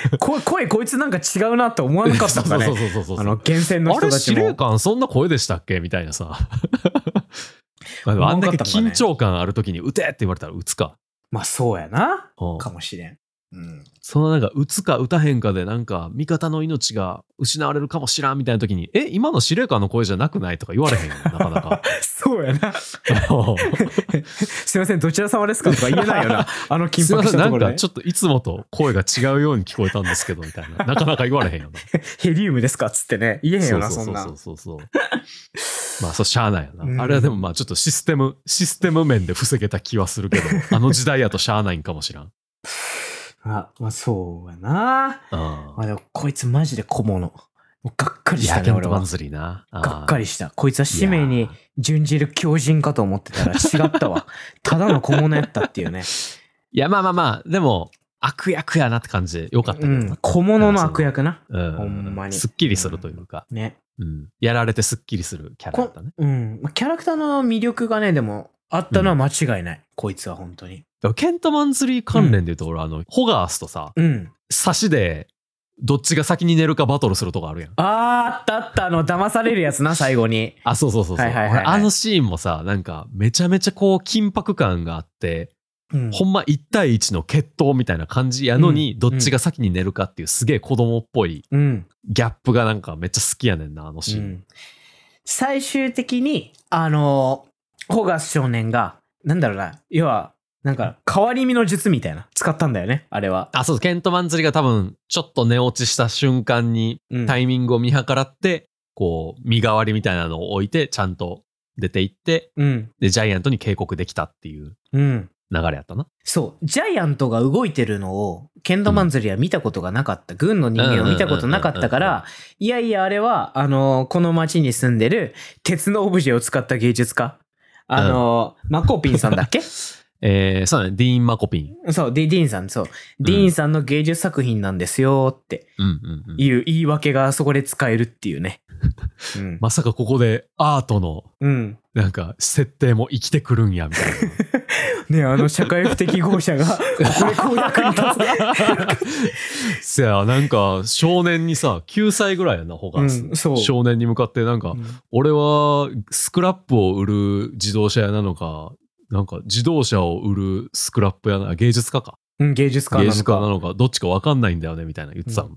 Speaker 2: ど。
Speaker 1: 声、声こいつなんか違うなって思わなかったんだね。
Speaker 2: そうそうそうそうそう
Speaker 1: あの、厳選の
Speaker 2: あ
Speaker 1: 人
Speaker 2: れ
Speaker 1: たち
Speaker 2: 司
Speaker 1: も。
Speaker 2: 令官そんな声でしたっけみたいな さ。まあでもあんだけ緊張感ある時に撃てって言われたら撃つか。
Speaker 1: まあ、そうやな。
Speaker 2: うん
Speaker 1: かもしれん。うん。
Speaker 2: そのなんか撃つか撃たへんかでなんか味方の命が失われるかもしらんみたいな時に、え、今の司令官の声じゃなくないとか言われへんよ、なかなか。
Speaker 1: そうやな。
Speaker 2: 緊
Speaker 1: すいません、どちら様ですかとか言えないよ な。あの緊迫したと
Speaker 2: な
Speaker 1: こ
Speaker 2: ん
Speaker 1: ろ
Speaker 2: か
Speaker 1: で。
Speaker 2: ちょっといつもと声が違うように聞こえたんですけどみたいな。なかなか言われへんよな。
Speaker 1: ヘリウムですかっつってね。言えへんよな、
Speaker 2: そ
Speaker 1: そ
Speaker 2: うそ
Speaker 1: ん
Speaker 2: う
Speaker 1: な
Speaker 2: そ。うそうそう。まあそうしゃあないよな、
Speaker 1: うん
Speaker 2: あれはでもまあちょっとシステムシステム面で防げた気はする けどあの時代やとしゃあないんかもしらん、うん
Speaker 1: あ、まあ、そうやな。まあ、でも、こいつマジで小物。もうがっかり
Speaker 2: い
Speaker 1: した
Speaker 2: や
Speaker 1: ね、
Speaker 2: ケン
Speaker 1: 俺
Speaker 2: トマ
Speaker 1: は
Speaker 2: ン。ズリーな
Speaker 1: がっかり
Speaker 2: り
Speaker 1: した。こいつは使命に準じる狂人かと思ってたら違った わ。ただの小物やったっていうね。
Speaker 2: いやまあまあまあでも悪役やなって感じでよかったけ
Speaker 1: う
Speaker 2: ど
Speaker 1: ん
Speaker 2: な。
Speaker 1: 小物の悪役な。
Speaker 2: うん
Speaker 1: ほんまに
Speaker 2: すっきりするというか、
Speaker 1: ね。
Speaker 2: うんやられてすっきりするキャラだったね
Speaker 1: うん。まあキャラクターの魅力がね、でも、あったのは間違いない。こいつは本当に。
Speaker 2: でもケントマンズリー関連でいうと、俺あのホガースとさ
Speaker 1: うん。
Speaker 2: 差しでどっちが先に寝るかバトルするとこあるやん
Speaker 1: あーあったあったあの騙されるやつ な最後に
Speaker 2: あ、そうそうそうそう、
Speaker 1: はいはいはいはい
Speaker 2: 俺あのシーンもさ、なんかめちゃめちゃこう緊迫感があって、
Speaker 1: うん
Speaker 2: ほんま1対1の決闘みたいな感じやのに、
Speaker 1: うん
Speaker 2: どっちが先に寝るかっていうすげえ子供っぽい
Speaker 1: うん、
Speaker 2: ギャップがなんかめっちゃ好きやねんな、あのシーン。
Speaker 1: 最終的にあのホガス少年がなんだろうな要はなんか変わり身の術みたいな使ったんだよねあれは、
Speaker 2: あ、そう、ケントマン釣りが多分ちょっと寝落ちした瞬間に
Speaker 1: うん
Speaker 2: タイミングを見計らって、こう身代わりみたいなのを置いてちゃんと出て行って、
Speaker 1: うん
Speaker 2: で、ジャイアントに警告できたっていう
Speaker 1: うん
Speaker 2: 流れやったな。
Speaker 1: そうジャイアントが動いてるのをケンドマンズリは見たことがなかった軍の人間を見たことなかったか
Speaker 2: うんうんうん
Speaker 1: らいやいやあれはあのこの町に住んでる鉄のオブジェを使った芸術家あの、マコーピンさんだっ け
Speaker 2: えー、そうだね、ディーン・マコピン。
Speaker 1: そう、ディディーンさん、そう。ディーンさんの芸術作品なんですよって
Speaker 2: うんうんうん。
Speaker 1: いう言い訳がそこで使えるっていうね。 うん。
Speaker 2: まさかここでアートの
Speaker 1: うん。
Speaker 2: なんか、設定も生きてくるんや、み たい
Speaker 1: ねあの、社会不適合 者が、ここで公約に立
Speaker 2: な。せや、なんか、少年にさ、9歳ぐらいやな、ホガース。
Speaker 1: うんそう
Speaker 2: 少年に向かって、なんか、
Speaker 1: つ。
Speaker 2: 俺は、スクラップを売る自動車屋なのか、なんか、自動車を売るスクラップ屋な、芸術家か。
Speaker 1: うん、芸術家な
Speaker 2: 芸
Speaker 1: の
Speaker 2: 術家な
Speaker 1: か。
Speaker 2: のか、どっちかわかんないんだよね、みたいな言ってたの。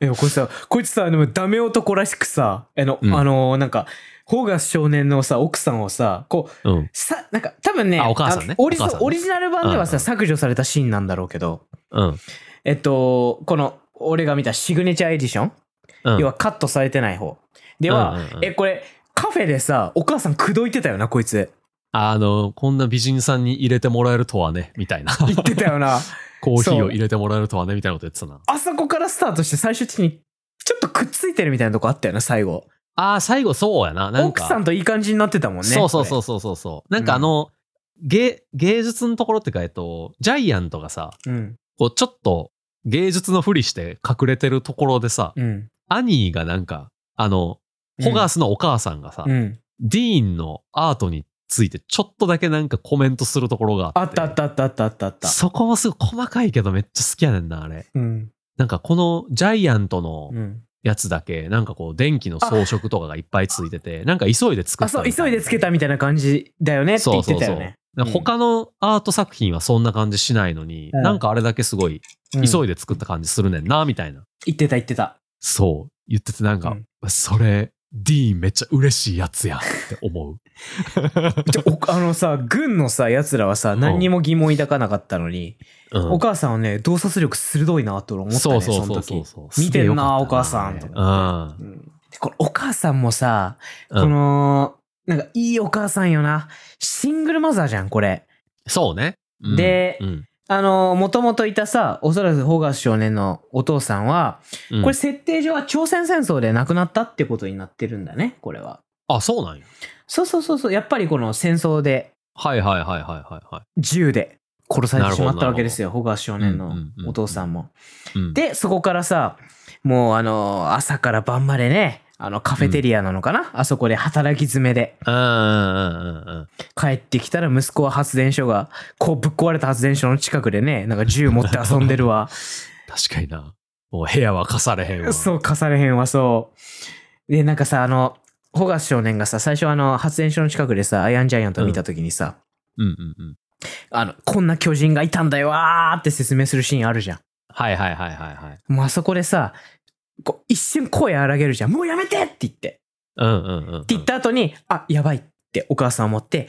Speaker 1: え、こいつさ、こいつさ、でもダメ男らしくさ、あの、
Speaker 2: うん
Speaker 1: あの、なんか、ホーガス少年のさ、奥さんをさ、こう、
Speaker 2: うん。
Speaker 1: さ、なんか、多分ね、
Speaker 2: あお母さんね
Speaker 1: あのオリジ
Speaker 2: お母さんね
Speaker 1: オリジナル版では
Speaker 2: うんう
Speaker 1: さ、
Speaker 2: ん
Speaker 1: 削除されたシーンなんだろうけど、
Speaker 2: うん。
Speaker 1: えっと、この、俺が見たシグネチャーエディション
Speaker 2: うん。
Speaker 1: 要はカットされてない方。では、
Speaker 2: うんうんうん
Speaker 1: え、これ、カフェでさ、お母さん口説いてたよな、こいつ。
Speaker 2: あの、こんな美人さんに入れてもらえるとはね、みた いな。
Speaker 1: 言ってたよ な。
Speaker 2: コーヒーを入れてもらえるとはね、みたいなこと言ってたな。
Speaker 1: あそこからスタートして最終的に、ちょっとくっついてるみたいなとこあったよな、最後。
Speaker 2: ああ、最後そうやな。なん
Speaker 1: 奥
Speaker 2: か。
Speaker 1: さんといい感じになってたもんね。
Speaker 2: そうそう
Speaker 1: う。
Speaker 2: そうそうそうそう。なんかあの、芸芸術のところっていうか、えっと、ジャイアントがさ、
Speaker 1: うん。
Speaker 2: こうちょっと芸術のふりして隠れてるところでさ、
Speaker 1: うん。
Speaker 2: アニーがなんか、あの、ホガースのお母さんがさ、
Speaker 1: うん。
Speaker 2: ディーンのアートについてちょっとだけなんかコメントするところがあ
Speaker 1: あ
Speaker 2: っ。
Speaker 1: ってたあったあったあったあったあった。
Speaker 2: そこもすごい細かいけどめっちゃ好きやねんな、あれ。
Speaker 1: うん。
Speaker 2: なんかこのジャイアントの
Speaker 1: うん。
Speaker 2: やつだけ、なんかこう電気の装飾とかがいっぱいついてて、なんか急いで作
Speaker 1: あ、
Speaker 2: った
Speaker 1: そう、
Speaker 2: みた
Speaker 1: 急いでつけたみたいな感じだよねって言ってたよね。
Speaker 2: な他のアート作品はそんな感じしないのに、
Speaker 1: うん
Speaker 2: なんかあれだけすごい
Speaker 1: うん
Speaker 2: 急いで作った感じするねんな、みたいな。
Speaker 1: 言ってた言ってた。
Speaker 2: そう、言っててなんか、それ、ディーンめっちゃ嬉しいやつやんって思う。
Speaker 1: ちょおあのさ、軍のさ、奴らはさ、何にも疑問抱かなかったのに、
Speaker 2: うん
Speaker 1: お母さんはね、洞察力鋭いなと俺思った
Speaker 2: そ
Speaker 1: ね、
Speaker 2: うそ
Speaker 1: そうの
Speaker 2: そう
Speaker 1: 時。
Speaker 2: そうそう。
Speaker 1: 見てんなお母
Speaker 2: すげえ
Speaker 1: さ
Speaker 2: よ
Speaker 1: ん
Speaker 2: か
Speaker 1: と
Speaker 2: った
Speaker 1: か
Speaker 2: な
Speaker 1: うんでこのお母さんもさ、
Speaker 2: うん
Speaker 1: この、なんかいいお母さんよな。シングルマザーじゃん、これ。
Speaker 2: そうね。うん
Speaker 1: で
Speaker 2: うん
Speaker 1: あの、もともといたさ、おそらくホガス少年のお父さんは、
Speaker 2: うん
Speaker 1: これ設定上は朝鮮戦争で亡くなったってことになってるんだね、これは。
Speaker 2: あ、そうなんや。
Speaker 1: そうそうそうそう、やっぱりこの戦争で、
Speaker 2: はいはいはいはいはいは
Speaker 1: 銃で殺されてしまっ
Speaker 2: なるほ
Speaker 1: た
Speaker 2: ど
Speaker 1: わけですよ、ホガス少年のお父さんも。
Speaker 2: い。うん、
Speaker 1: で、そこからさ、もうあの、朝から晩までね、あのカフェテリアなのかな、あそこで働き詰めで
Speaker 2: うんうんうんうんうん。
Speaker 1: 帰ってきたら息子は発電所がこうぶっ壊れた発電所の近くでねなんか銃持って遊んでるわ
Speaker 2: 確かにな。もう部屋は貸されへんわ。
Speaker 1: そう貸されへんわそうでなんかさあのホガス少年がさ最初あの発電所の近くでさアイアンジャイアントを見た時にさ、
Speaker 2: うんうんうん。
Speaker 1: あのこんな巨人がいたんだよわーって説明するシーンあるじゃん
Speaker 2: はいはいはいはいはい。
Speaker 1: もうあそこでさこう一瞬声荒げるじゃんもうやめてって言って
Speaker 2: うんうんうんうん。
Speaker 1: って言った後に、あ、やばいってお母さん思って、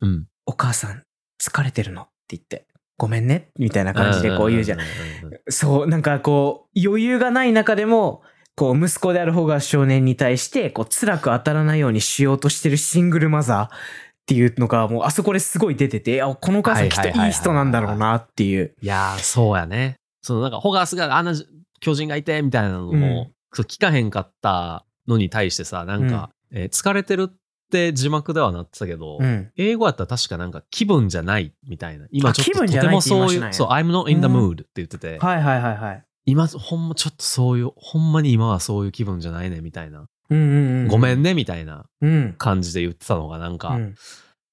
Speaker 2: うん
Speaker 1: お母さん疲れてるのって言って、ごめんねみたいな感じでこう言うじゃん。
Speaker 2: んんうんうん。
Speaker 1: そう、なんかこう、余裕がない中でも、こう、息子である方が少年に対して、こう、辛く当たらないようにしようとしてるシングルマザーっていうのが、もうあそこですごい出てて、あ、このお母さんきっといい人なんだろうなっていう。
Speaker 2: いやー、そうやね。そのなんか、ホガースがあんな巨人がいて、みたいなの
Speaker 1: うん
Speaker 2: も、そう聞かへんかったのに対してさ、なんか、えー疲れてるって字幕ではなってたけど、
Speaker 1: うん。
Speaker 2: 英語やったら確かなんか気分じゃないみたいな。今
Speaker 1: あ
Speaker 2: ちょっ
Speaker 1: 気分
Speaker 2: と
Speaker 1: じ
Speaker 2: と
Speaker 1: ゃ
Speaker 2: て
Speaker 1: ない
Speaker 2: も
Speaker 1: って言い
Speaker 2: そ
Speaker 1: ま
Speaker 2: う
Speaker 1: し
Speaker 2: い
Speaker 1: たね
Speaker 2: う、そう、I'm not in the
Speaker 1: うん
Speaker 2: mood って言ってて、
Speaker 1: はいはいはいはい。
Speaker 2: 今、ほんまちょっとそういう、ほんまに今はそういう気分じゃないねみたいな、
Speaker 1: うんうんうん。
Speaker 2: ごめん。ねみたいな
Speaker 1: うん。
Speaker 2: 感じで言ってたのがなんか、
Speaker 1: うん、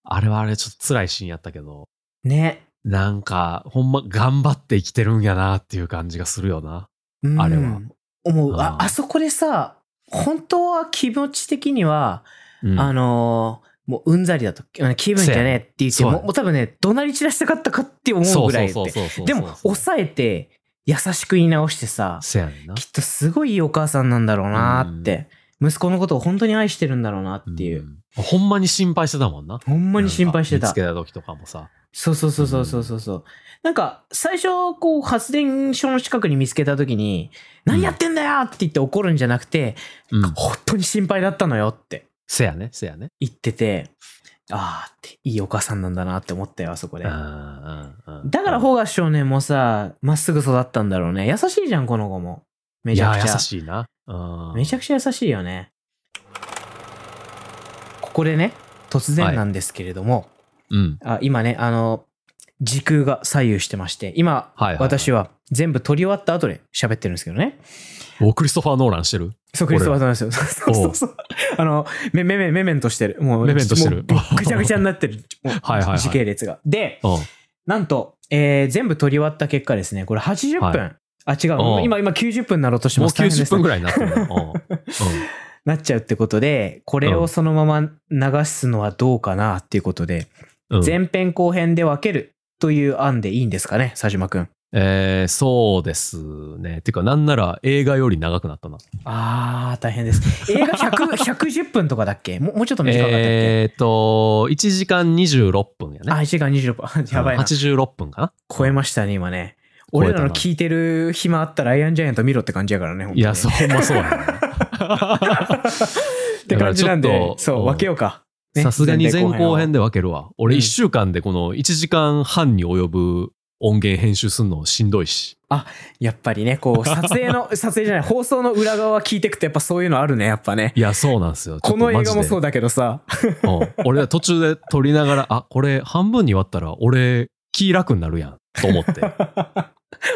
Speaker 2: あれはあれちょっと辛いシーンやったけど、
Speaker 1: ね。
Speaker 2: なんか、ほんま頑張って生きてるんやなっていう感じがするよな。あれは
Speaker 1: うん。思う。あ、
Speaker 2: うん
Speaker 1: あそこでさ、本当は気持ち的には、
Speaker 2: うん、
Speaker 1: あのーもううんざりだと、あの気分じゃねえって言って、
Speaker 2: そうや
Speaker 1: もうもう多分ね、怒鳴り散らしたかったかって思うぐらいで。
Speaker 2: そうそう
Speaker 1: でも、抑えて、優しく言い直してさ、
Speaker 2: せやねんな。
Speaker 1: きっとすごいいいお母さんなんだろうなって、息子のことを本当に愛してるんだろうなっていう。
Speaker 2: うんほんまに心配してたもんな。
Speaker 1: ほんまに心配して
Speaker 2: なん
Speaker 1: た
Speaker 2: か見つ。けた時とかもさ。
Speaker 1: そうそうそうそうそうそうそう、なんか最初こう発電所の近くに見つけた時に「
Speaker 2: うん
Speaker 1: 何やってんだよ!」って言って怒るんじゃなくて、
Speaker 2: うん。
Speaker 1: 本当に心配だったのよって
Speaker 2: せやね、せやね。
Speaker 1: 言っててああっていいお母さんなんだなって思ったよあそこで
Speaker 2: うんうんうん
Speaker 1: だからホーガス少年もさまっすぐ育ったんだろうね優しいじゃんこの子もめ
Speaker 2: い
Speaker 1: ちゃ
Speaker 2: や、
Speaker 1: くち
Speaker 2: 優
Speaker 1: ゃ
Speaker 2: しいな。うん
Speaker 1: めちゃくちゃ優しいよねここでね突然なんですけれども、
Speaker 2: うん。
Speaker 1: あ今ねあの時空が左右してまして今、
Speaker 2: はいはいはい
Speaker 1: 私は全部撮り終わった後で喋ってるんですけどね
Speaker 2: お、クリストファー・ノーランしてる
Speaker 1: そうクリストファー・ノーランですよ そうそうそうあのめめめめめんとしてるもう
Speaker 2: メメントしてる
Speaker 1: もうぐちゃぐちゃになってるもう
Speaker 2: はいはいはい
Speaker 1: 時系列がで
Speaker 2: うん。
Speaker 1: なんと、えー全部撮り終わった結果ですねこれ80分、
Speaker 2: は
Speaker 1: あ違う
Speaker 2: おう
Speaker 1: 今今90分になろうとしてま
Speaker 2: もう
Speaker 1: す大変で
Speaker 2: 90
Speaker 1: す
Speaker 2: 分
Speaker 1: ね
Speaker 2: ぐらいになってるな。うんうん
Speaker 1: なっちゃうってことでこれをそのまま流すのはどうかなっていうことで、
Speaker 2: うん
Speaker 1: 前編後編で分けるという案でいいんですかね佐島くん
Speaker 2: えーそうですね。てか、なんなら映画より長くなったな。
Speaker 1: あー、大変です。 映画100 110分とかだっけもうもうちょっと短かったっけ、
Speaker 2: えーっと、1時間26分やね。
Speaker 1: あ、1時間26分。やばいな。
Speaker 2: 86分かな
Speaker 1: 超えましたね、今ね。
Speaker 2: 超えた
Speaker 1: 俺
Speaker 2: な
Speaker 1: らの聞いてる暇あったら、アイアンジャイアント見ろって感じやからね、本当に
Speaker 2: いや、そう、ほんまそうやな。
Speaker 1: って感じなん
Speaker 2: だから
Speaker 1: で
Speaker 2: ちょっ、と
Speaker 1: そう、分けようか。 ね
Speaker 2: さすがに前後編で分けるわ。俺
Speaker 1: うん
Speaker 2: 1週間でこの1時間半に及ぶ音源編集するのしんどいし。
Speaker 1: やっぱりね、こう、撮影の、 撮影じゃない、放送の裏側聞いてくと、やっぱそういうのあるね、やっぱね。
Speaker 2: いや、そうなんですよ。
Speaker 1: この映画もそううだけどさ、
Speaker 2: うん俺は途中で 撮りながら、あ、これ半分に割ったら俺気楽になるやんと思って。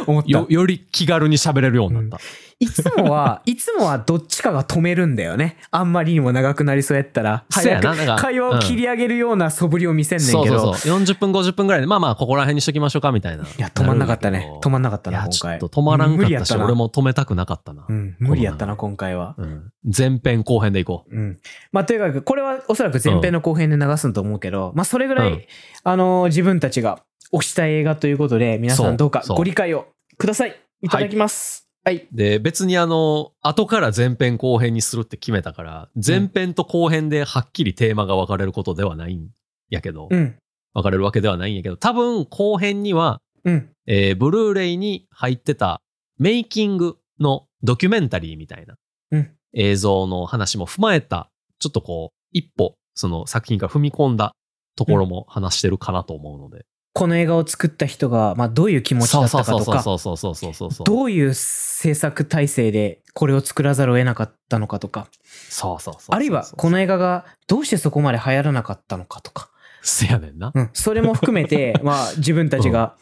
Speaker 1: 思った
Speaker 2: よ、より気軽に喋れるようになっ
Speaker 1: いつも はいつもはどっちかが止めるんだよねあんまりにも長くなりそうやったら
Speaker 2: た。そうや
Speaker 1: 早く
Speaker 2: な、なんか。
Speaker 1: 会話を切り上げるような素振りを見せん
Speaker 2: うん
Speaker 1: ねんけ
Speaker 2: そ
Speaker 1: ど、
Speaker 2: うそうそう。40分、50分ぐらいで、まあまあ、ここら辺にしときましょうか、みたいな。い
Speaker 1: いや止まんなかったね止
Speaker 2: ま
Speaker 1: まんなかった
Speaker 2: い
Speaker 1: な
Speaker 2: や、
Speaker 1: 今
Speaker 2: ちょっ
Speaker 1: 回
Speaker 2: と止まらんか
Speaker 1: 無
Speaker 2: っ
Speaker 1: 理や
Speaker 2: た
Speaker 1: っ
Speaker 2: し、
Speaker 1: たな
Speaker 2: 俺も止めたくなかったな
Speaker 1: う。ん無理やったな今回は
Speaker 2: うん。前編後編でいこ
Speaker 1: うんまあとにかくこれはおそらく前編の後編で流すんと思うけど、まあそれぐらい、
Speaker 2: うん
Speaker 1: あのー自分たちが推したい映画ということで皆さ
Speaker 2: そうん
Speaker 1: どうか
Speaker 2: そう
Speaker 1: ご理解をくださいいただきますはい、
Speaker 2: う。で、別にあの、後から前編後編にするって決めたから、前編と後編ではっきりテーマが分かれることではないんやけど、
Speaker 1: うん
Speaker 2: 分かれるわけではないんやけど、多分後編には、
Speaker 1: うん
Speaker 2: えーブルーレイに入ってたメイキングのドキュメンタリーみたいな
Speaker 1: うん
Speaker 2: 映像の話も踏まえた、ちょっとこう、一歩、その作品から踏み込んだところも話してるかなと思うので。
Speaker 1: この映画を作った人が、まあ、どういう気持ちだ
Speaker 2: そう
Speaker 1: った
Speaker 2: そう
Speaker 1: か
Speaker 2: そ
Speaker 1: とか
Speaker 2: うそうそうそうそうそうそう。
Speaker 1: どういう制作体制でこれを作らざるを得なかったのかとか
Speaker 2: そうそうそうそう。
Speaker 1: あるいはこの映画がどうしてそこまで流行らなかったのかとか、
Speaker 2: せやねんな。
Speaker 1: うん、それも含め てまあ自分たちが、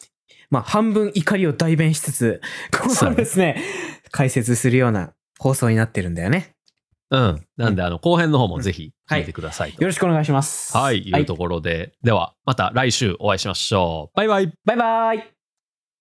Speaker 1: まあ、半分怒りを代弁しつつこ
Speaker 2: そう
Speaker 1: の
Speaker 2: ね
Speaker 1: ですね解説するような放送になってるんだよね
Speaker 2: うん。なんで、あの、後編の方もぜひ聞いてくださいと。
Speaker 1: よろしくお願いします
Speaker 2: はい、いうところで。では、また来週お会いしましょう。バイバイ。
Speaker 1: バイバイ